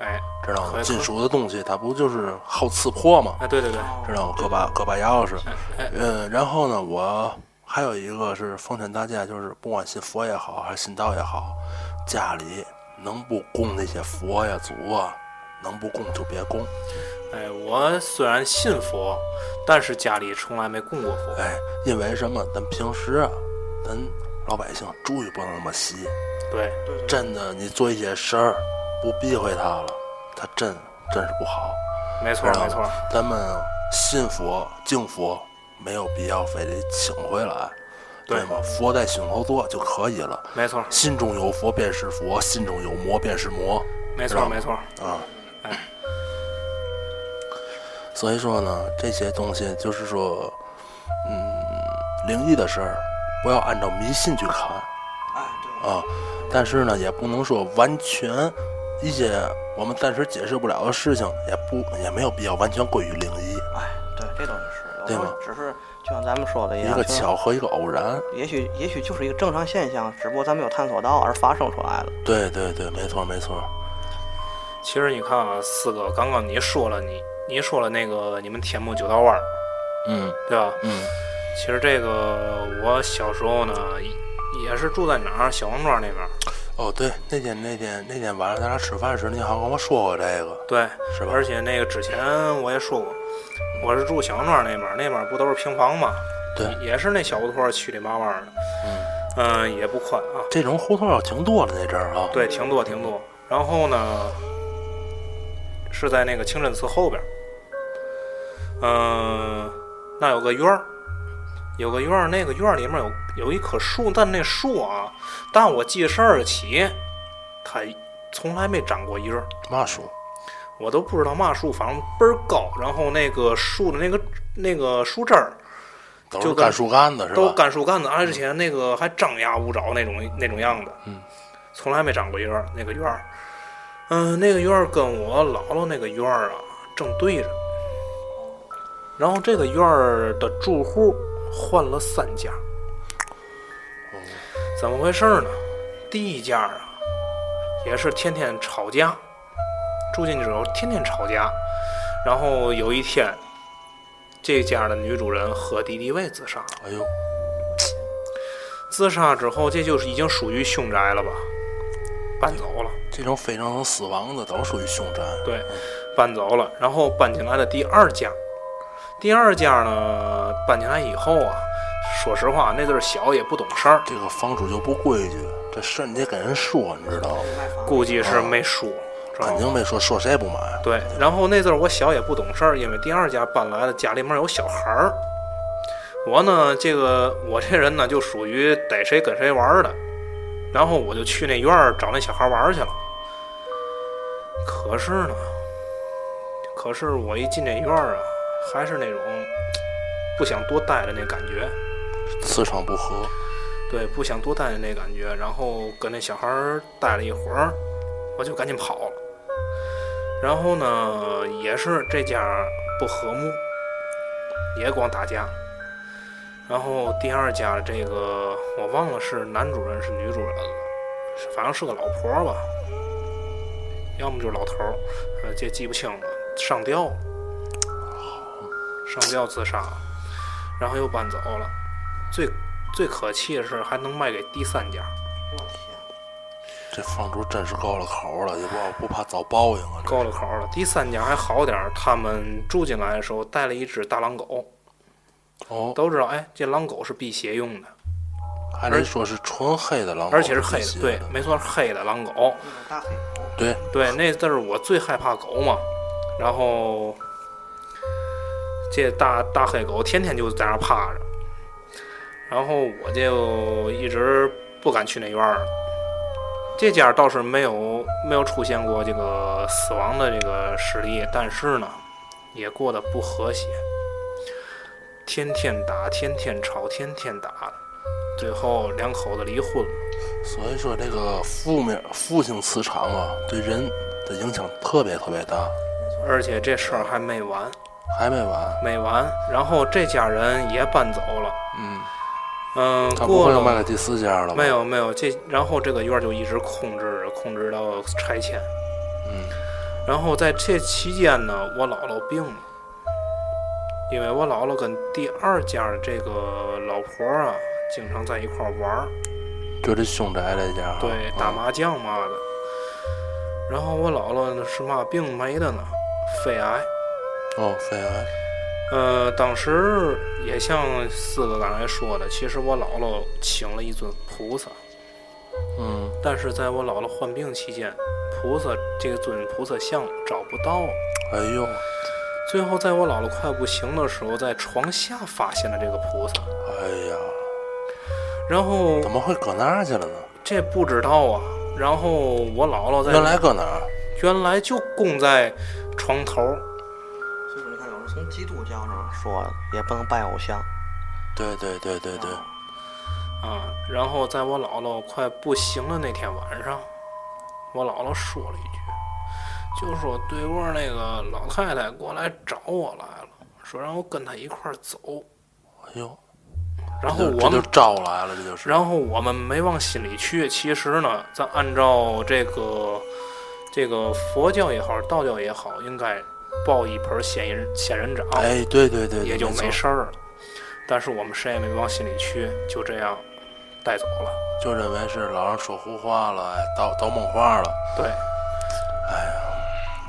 哎，知道吗可以？金属的东西它不就是好刺破吗？哎，对对对，知道吗？搁把搁把钥匙，呃，然后呢，我还有一个是奉劝大家，就是不管信佛也好，还是信道也好，家里能不供那些佛呀、祖啊，能不供就别供。哎，我虽然信佛，但是家里从来没供过佛。哎，因为什么？咱平时啊，咱老百姓注意不能那么细，对，真的，你做一些事儿不避讳它了，它真真是不好。没错知道没错吗，咱们信佛敬佛没有必要非得请回来，对吗？佛在胸口坐就可以了。没错心中有佛便是佛，心中有魔便是魔。没知道错吗没错，啊。哎所以说呢，这些东西就是说，嗯，灵异的事儿，不要按照迷信去看哎，对，啊。但是呢，也不能说完全一些我们暂时解释不了的事情，也不也没有必要完全归于灵异，哎，对，这东西是，有对时吗候只是就像咱们说的一一样，个啊就是巧合，一个偶然。也许也许就是一个正常现象，只不过咱没有探索到而发生出来了。对对对，没错没错。其实你看啊，四哥，刚刚你说了你你说了那个你们天目九道弯儿，嗯对吧？嗯其实这个我小时候呢，也是住在哪儿？小王庄那边儿。哦，对，那天那天那天晚上咱俩吃饭时，你好像跟我说过这个，对，是吧而且那个之前我也说过，我是住小王庄那边儿，那边儿不都是平房嘛？对，也是那小胡同儿曲里八弯儿的。嗯，嗯，也不宽啊。这种胡同儿挺多的那阵儿啊。对，挺多挺多。然后呢，是在那个清真寺后边儿，嗯、那有个院儿，有个院儿，那个院儿里面有有一棵树，但那树啊，但我记事儿起，它从来没长过叶儿，嘛树？我都不知道嘛树，反正倍儿高。然后那个树的那个那个树枝儿都就是跟干树干子是吧？都干树干子，而且那个还张牙舞爪那种那种样子，嗯，从来没长过院儿那个院儿，嗯、那个院儿跟我姥姥那个院儿啊正对着，然后这个院儿的住户换了三家，怎么回事儿呢？第一家啊，也是天天吵架，住进去之后天天吵架，然后有一天，这家的女主人和敌敌畏自杀了。哎呦，自杀之后，这就是已经属于凶宅了吧？搬走了，这种非正常死亡的都属于凶宅。对，搬走了。然后搬进来的第二家，第二家呢，搬进来以后啊，说实话，那阵儿小也不懂事儿，这个房主就不规矩，这事儿你得跟人说，你知道吗？估计是没书，知道肯定吗？没说，说谁不买？对，然后那阵儿我小也不懂事儿，因为第二家搬来了，家里面有小孩儿。我呢，这个我这人呢，就属于逮谁跟谁玩儿的，然后我就去那院儿找那小孩玩儿去了。可是呢，可是我一进这院儿啊，还是那种不想多待的那感觉，磁场不合，对，不想多待的那感觉。然后跟那小孩儿待了一会儿，我就赶紧跑了。然后呢，也是这家不和睦，也光打架。然后第二家这个我忘了是男主人是女主人了，是反正是个老婆儿吧，要么就是老头儿，呃，这记不清了，上吊了，上吊自杀了，然后又搬走了。最最可气的是还能卖给第三家，这放逐真是够了口了，也不不怕遭报应啊！这高了口了。第三家还好点儿，他们住进来的时候带了一只大狼狗，哦，都知道，哎，这狼狗是辟邪用的，还得说是纯黑的狼狗，而且是黑哦辟的，邪对，没错，是黑的狼狗。大黑狗，对，对，那阵儿我最害怕狗嘛，然后这大大黑狗天天就在那儿趴着，然后我就一直不敢去那院儿了。这家倒是没有没有出现过这个死亡的这个实例，但是呢，也过得不和谐，天天打，天天吵，天天打的，最后两口子离婚了。所以说这个负面负性磁场啊，对人的影响特别特别大。而且这事儿还没完，还没完，没完。然后这家人也搬走了，嗯，嗯，他不过会又卖了给第四家了吧？没，有没有这，然后这个院儿就一直控制控制到拆迁。嗯，然后在这期间呢，我姥姥病了，因为我姥姥跟第二家这个老婆啊，经常在一块儿玩儿，就这凶宅这啊家啊，对，嗯打麻将嘛的。然后我姥姥呢是嘛病没的呢，肺癌。哦，肺癌，呃，当时也像四哥刚才说的，其实我姥姥请了一尊菩萨，嗯，但是在我姥姥患病期间，菩萨这个尊菩萨像找不到了。哎呦，最后，在我姥姥快不行的时候，在床下发现了这个菩萨。哎呀，然后怎么会搁那儿去了呢？这不知道啊。然后我姥姥在原来搁哪儿？原来就供在床头儿，所以说你看，有人从基督教上说也不能拜偶像，对对对对对，哎啊，然后在我姥姥快不行了那天晚上，我姥姥说了一句，就说对过那个老太太过来找我来了，说让我跟她一块儿走。哎呦，然后这就我这们就，招来了，这就是，然后我们没往心里去。其实呢，咱按照这个这个佛教也好，道教也好，应该抱一盆仙人仙人掌，哎，对对对，对也就没没错事儿了。但是我们谁也没往心里去，就这样带走了。就认为是老人说胡话了，哎倒倒梦话了。对。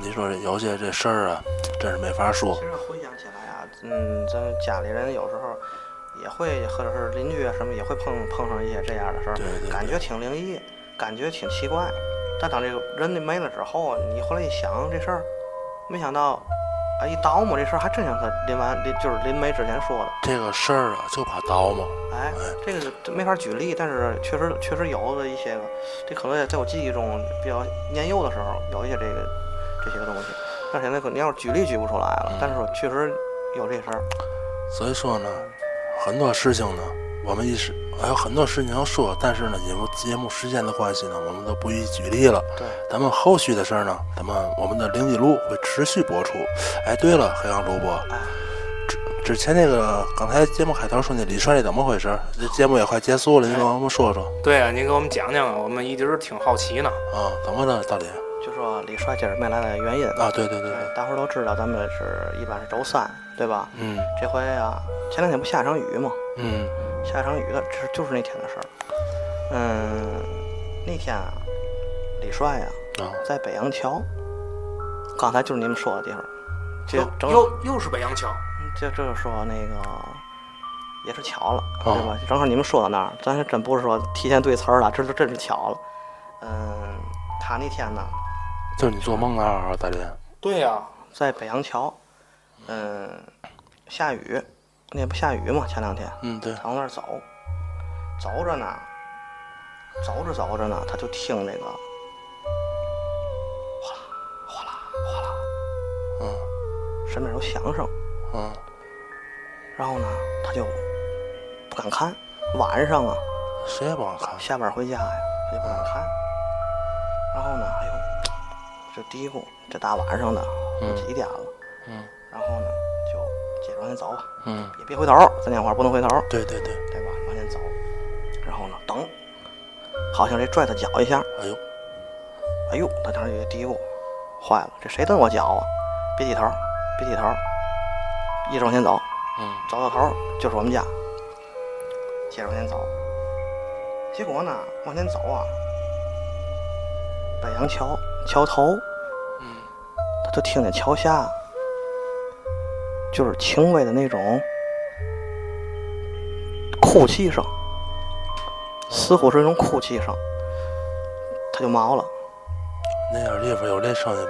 你说这有些这事儿啊，真是没法说其。实回想起来啊，嗯，咱们家里人有时候也会，或者是邻居啊什么，也会碰碰上一些这样的事儿，对对对感觉挺灵异，感觉挺奇怪。但当这个人没了之后啊，你后来一想这事儿，没想到，啊，一倒磨这事儿还真像他临完临就是临没之前说的。这个事儿啊，就怕倒嘛。哎，这个这没法举例，但是确实确实有的一些个，这可能也在我记忆中比较年幼的时候有一些这个这些个东西，但现在可能要是举例举不出来了，但是我确实有这事儿。所以说呢，很多事情呢，我们一时还有很多事情要说，但是呢，因为节目时间的关系呢，我们都不予举例了。对，咱们后续的事儿呢，咱们我们的灵异录会持续播出。哎，对了，黑羊主播，之之前那个刚才节目开头说那李帅是怎么回事儿？这节目也快结束了，你给我们说说对啊，您给我们讲讲啊，我们一直挺好奇呢。啊，怎么了，大林？就说李帅今儿没来的原因啊，对对对，对大伙儿都知道，咱们是一般是周三，对吧？嗯这回啊，前两天不下一场雨嘛，嗯，下一场雨的，这就是那天的事儿。嗯，那天啊，李帅呀、啊，在北洋桥，刚才就是你们说的地方，这正又又是北洋桥，这这就说那个也是巧了，哦对吧？正好你们说到那儿，咱是真不是说提前对词儿了，这这真是巧了。嗯，他那天呢，就是你做梦那儿啊，大林。对呀、在北洋桥，嗯，下雨，那不下雨嘛？前两天，嗯，对，他往那儿走，走着呢，走着走着呢，他就听那个嗯身边有响声，嗯，然后呢，他就不敢看。晚上啊，谁也不好看。下班回家呀，也不敢看。然后呢，哎呦，就嘀咕，这大晚上的，都几点了？嗯然后呢，就接着往前走吧，嗯，也别回头，咱讲话不能回头，对对对，对吧？往前走，然后呢，等，好像这拽他脚一下，哎呦，哎呦，他当时也嘀咕，坏了，这谁蹬我脚啊？别低头，别低头，一直往前走，嗯走到头儿就是我们家。接着往前走。结果呢，往前走啊，北洋桥桥头，嗯，他就听见桥下就是轻微的那种哭泣声，似乎是一种哭泣声，他就毛了，那点地方有这声音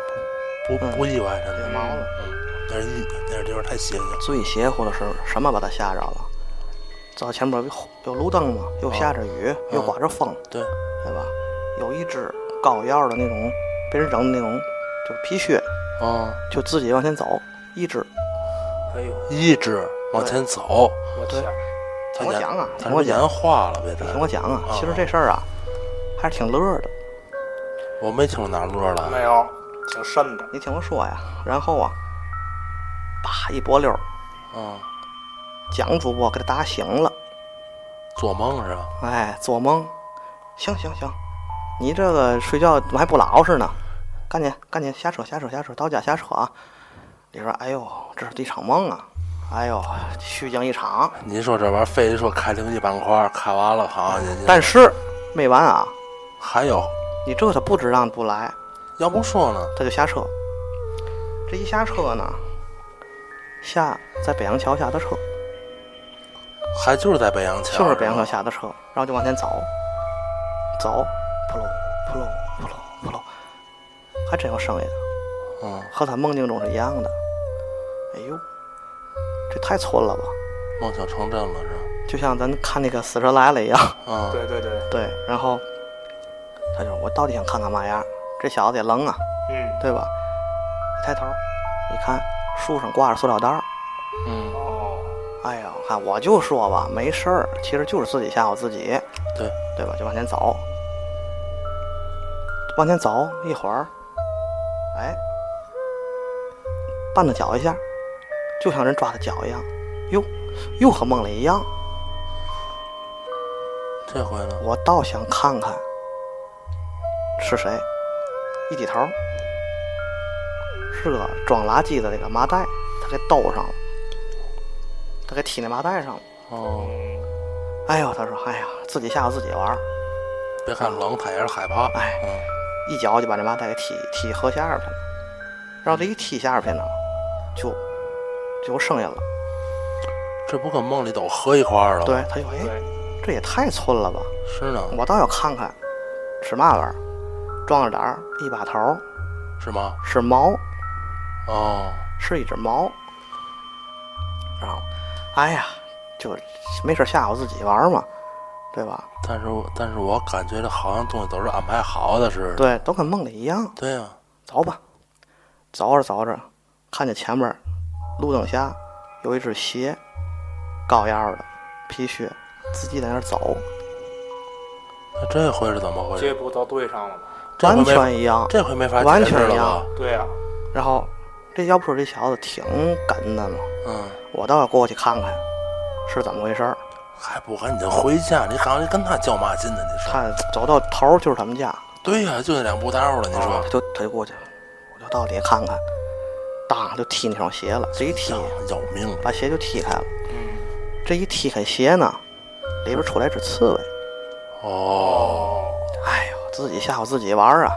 不不不意外，真的。他就嗯嗯毛了。那是一那是地方太邪性了。最邪乎的是什么把他吓着了？走前边有有路灯嘛，又下着雨，又刮着风，对，对吧？有一只高腰的那种被人扔的那种，就是皮靴，啊，就自己往前走，一只。哎呦，一直往前走，我天！他听我眼讲啊他听我说讲眼化了呗，他你听我讲啊，啊其实这事儿啊，还是挺乐的。我没听哪乐了，没有，挺深的。你听我说呀，然后啊，叭一波溜儿，嗯啊，蒋主播给他打醒了。做梦是吧？哎，做梦，行行行，你这个睡觉怎么还不老实呢？赶紧赶紧下车下车下车，到家下车啊！你说，哎呦，这是一场梦啊！哎呦，虚惊一场。你说这玩意儿，非得说开灵异板块，开完了好像人家但是没完啊，还有，你这他不知让不来，要不说呢，他就下车。这一下车呢，下在北洋桥下的车，还就是在北洋桥，就是北洋桥下的车，然后就往前走，走，扑噜扑噜扑噜扑噜，还真有声音。嗯，和他梦境中是一样的。哎呦，这太村了吧，梦想成真了是吧？就像咱看那个《死神来了》一样。 啊，对对对，对，然后他就说：“我到底想看看嘛样？”这小子也愣啊，嗯，对吧？一抬头，一看树上挂着塑料袋儿。嗯，哦，哎呀，看我就说吧，没事儿，其实就是自己吓唬自己，对，对吧？就往前走，往前走一会儿，哎，绊他脚一下，就像人抓他脚一样，哟，又和梦里一样。这回呢，我倒想看看是谁，一低头，是个装垃圾的那个麻袋，他给兜上了，他给踢那麻袋上了。哦，哎呦，他说，哎呀，自己吓唬自己玩儿，别看冷，他也是害怕，哎嗯，一脚就把这麻袋给踢踢河下边去了。然后这一踢下边去呢，就就有声音了。这不跟梦里都合一块儿了？对，，他就哎，对，这也太寸了吧！是呢，我倒要看看是嘛玩意儿，壮着胆儿一把头儿是吗？是毛，哦，是一只毛。然后，哎呀，就没事吓唬自己玩儿嘛，对吧？但是我但是我感觉这好像东西都是安排好的似的，对，都跟梦里一样。对呀，走吧，走着走着，看见前面儿路灯下有一只鞋，高腰的皮靴，自己在那儿走，那这回是怎么回这事？不都对上了吗？这回完没全一样。这回没法完解释全一了样吧？对啊呀，然后这要不说这小子挺跟的嘛，嗯，我倒要过去看看是怎么回事儿。还不赶紧回家？你刚才跟他较嘛劲呢？你说？他走到头儿就是他们家，对呀，就那两步道了，你他说？就他就过去了，我就到底看看，当就踢那双鞋了，这一踢要要命了！把鞋就踢开了，这一踢开鞋呢，里边出来只刺猬，哦，哎呦，自己吓唬自己玩儿啊。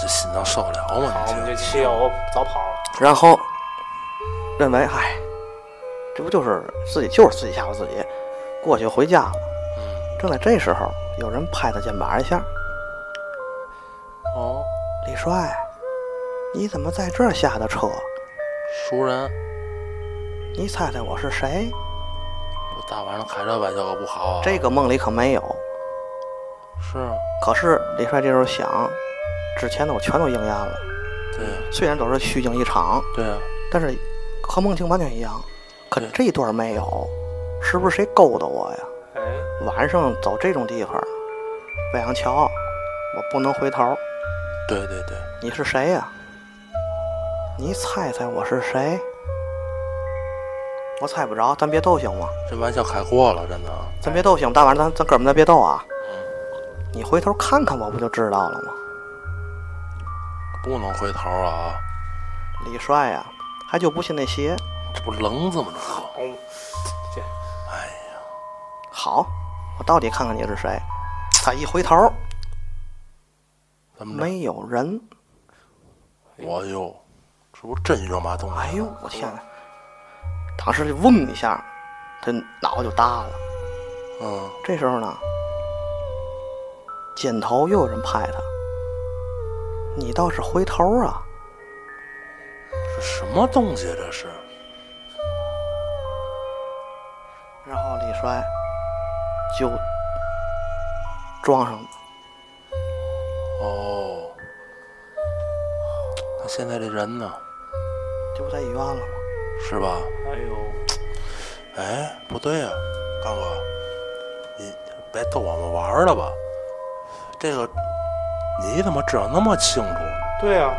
这心脏受得了吗？好，你我们这这七友早跑了。然后认为，哎，这不就是自己就是自己吓唬自己，过去回家了。正在这时候，有人拍他肩膀一下哦，：“李帅，你怎么在这儿下的车？熟人，你猜猜我是谁我大晚上开这玩笑可不好啊。？”这个梦里可没有。是，可是李帅这时候想，之前的我全都应验了，对呀，虽然都是虚惊一场，对啊呀，但是和梦境完全一样。可对这段没有，是不是谁勾搭我呀？哎，晚上走这种地方，北洋桥，我不能回头。对对对，你是谁呀、你猜猜我是谁？我猜不着，咱别逗行吗？这玩笑开过了，真的。啊咱别逗行，大晚上咱咱哥们咱别逗啊！你回头看看我不就知道了吗？不能回头啊！李帅呀、还就不信那邪。这不棱子吗？这不，哦，哎呀，好，我到底看看你是谁。他一回头，咱们这没有人。我哟，这不是真遇上麻动了？哎呦，我天哪！当时就嗡一下，这脑袋就大了。嗯，这时候呢，肩头又有人拍他，你倒是回头啊！这什么东西？这是然后李衰就撞上了。哦，那现在这人呢？这不在医院了吗？是吧？哎呦，哎，不对呀、刚哥，你别逗我们玩儿了吧？这个你怎么知道那么清楚？对啊，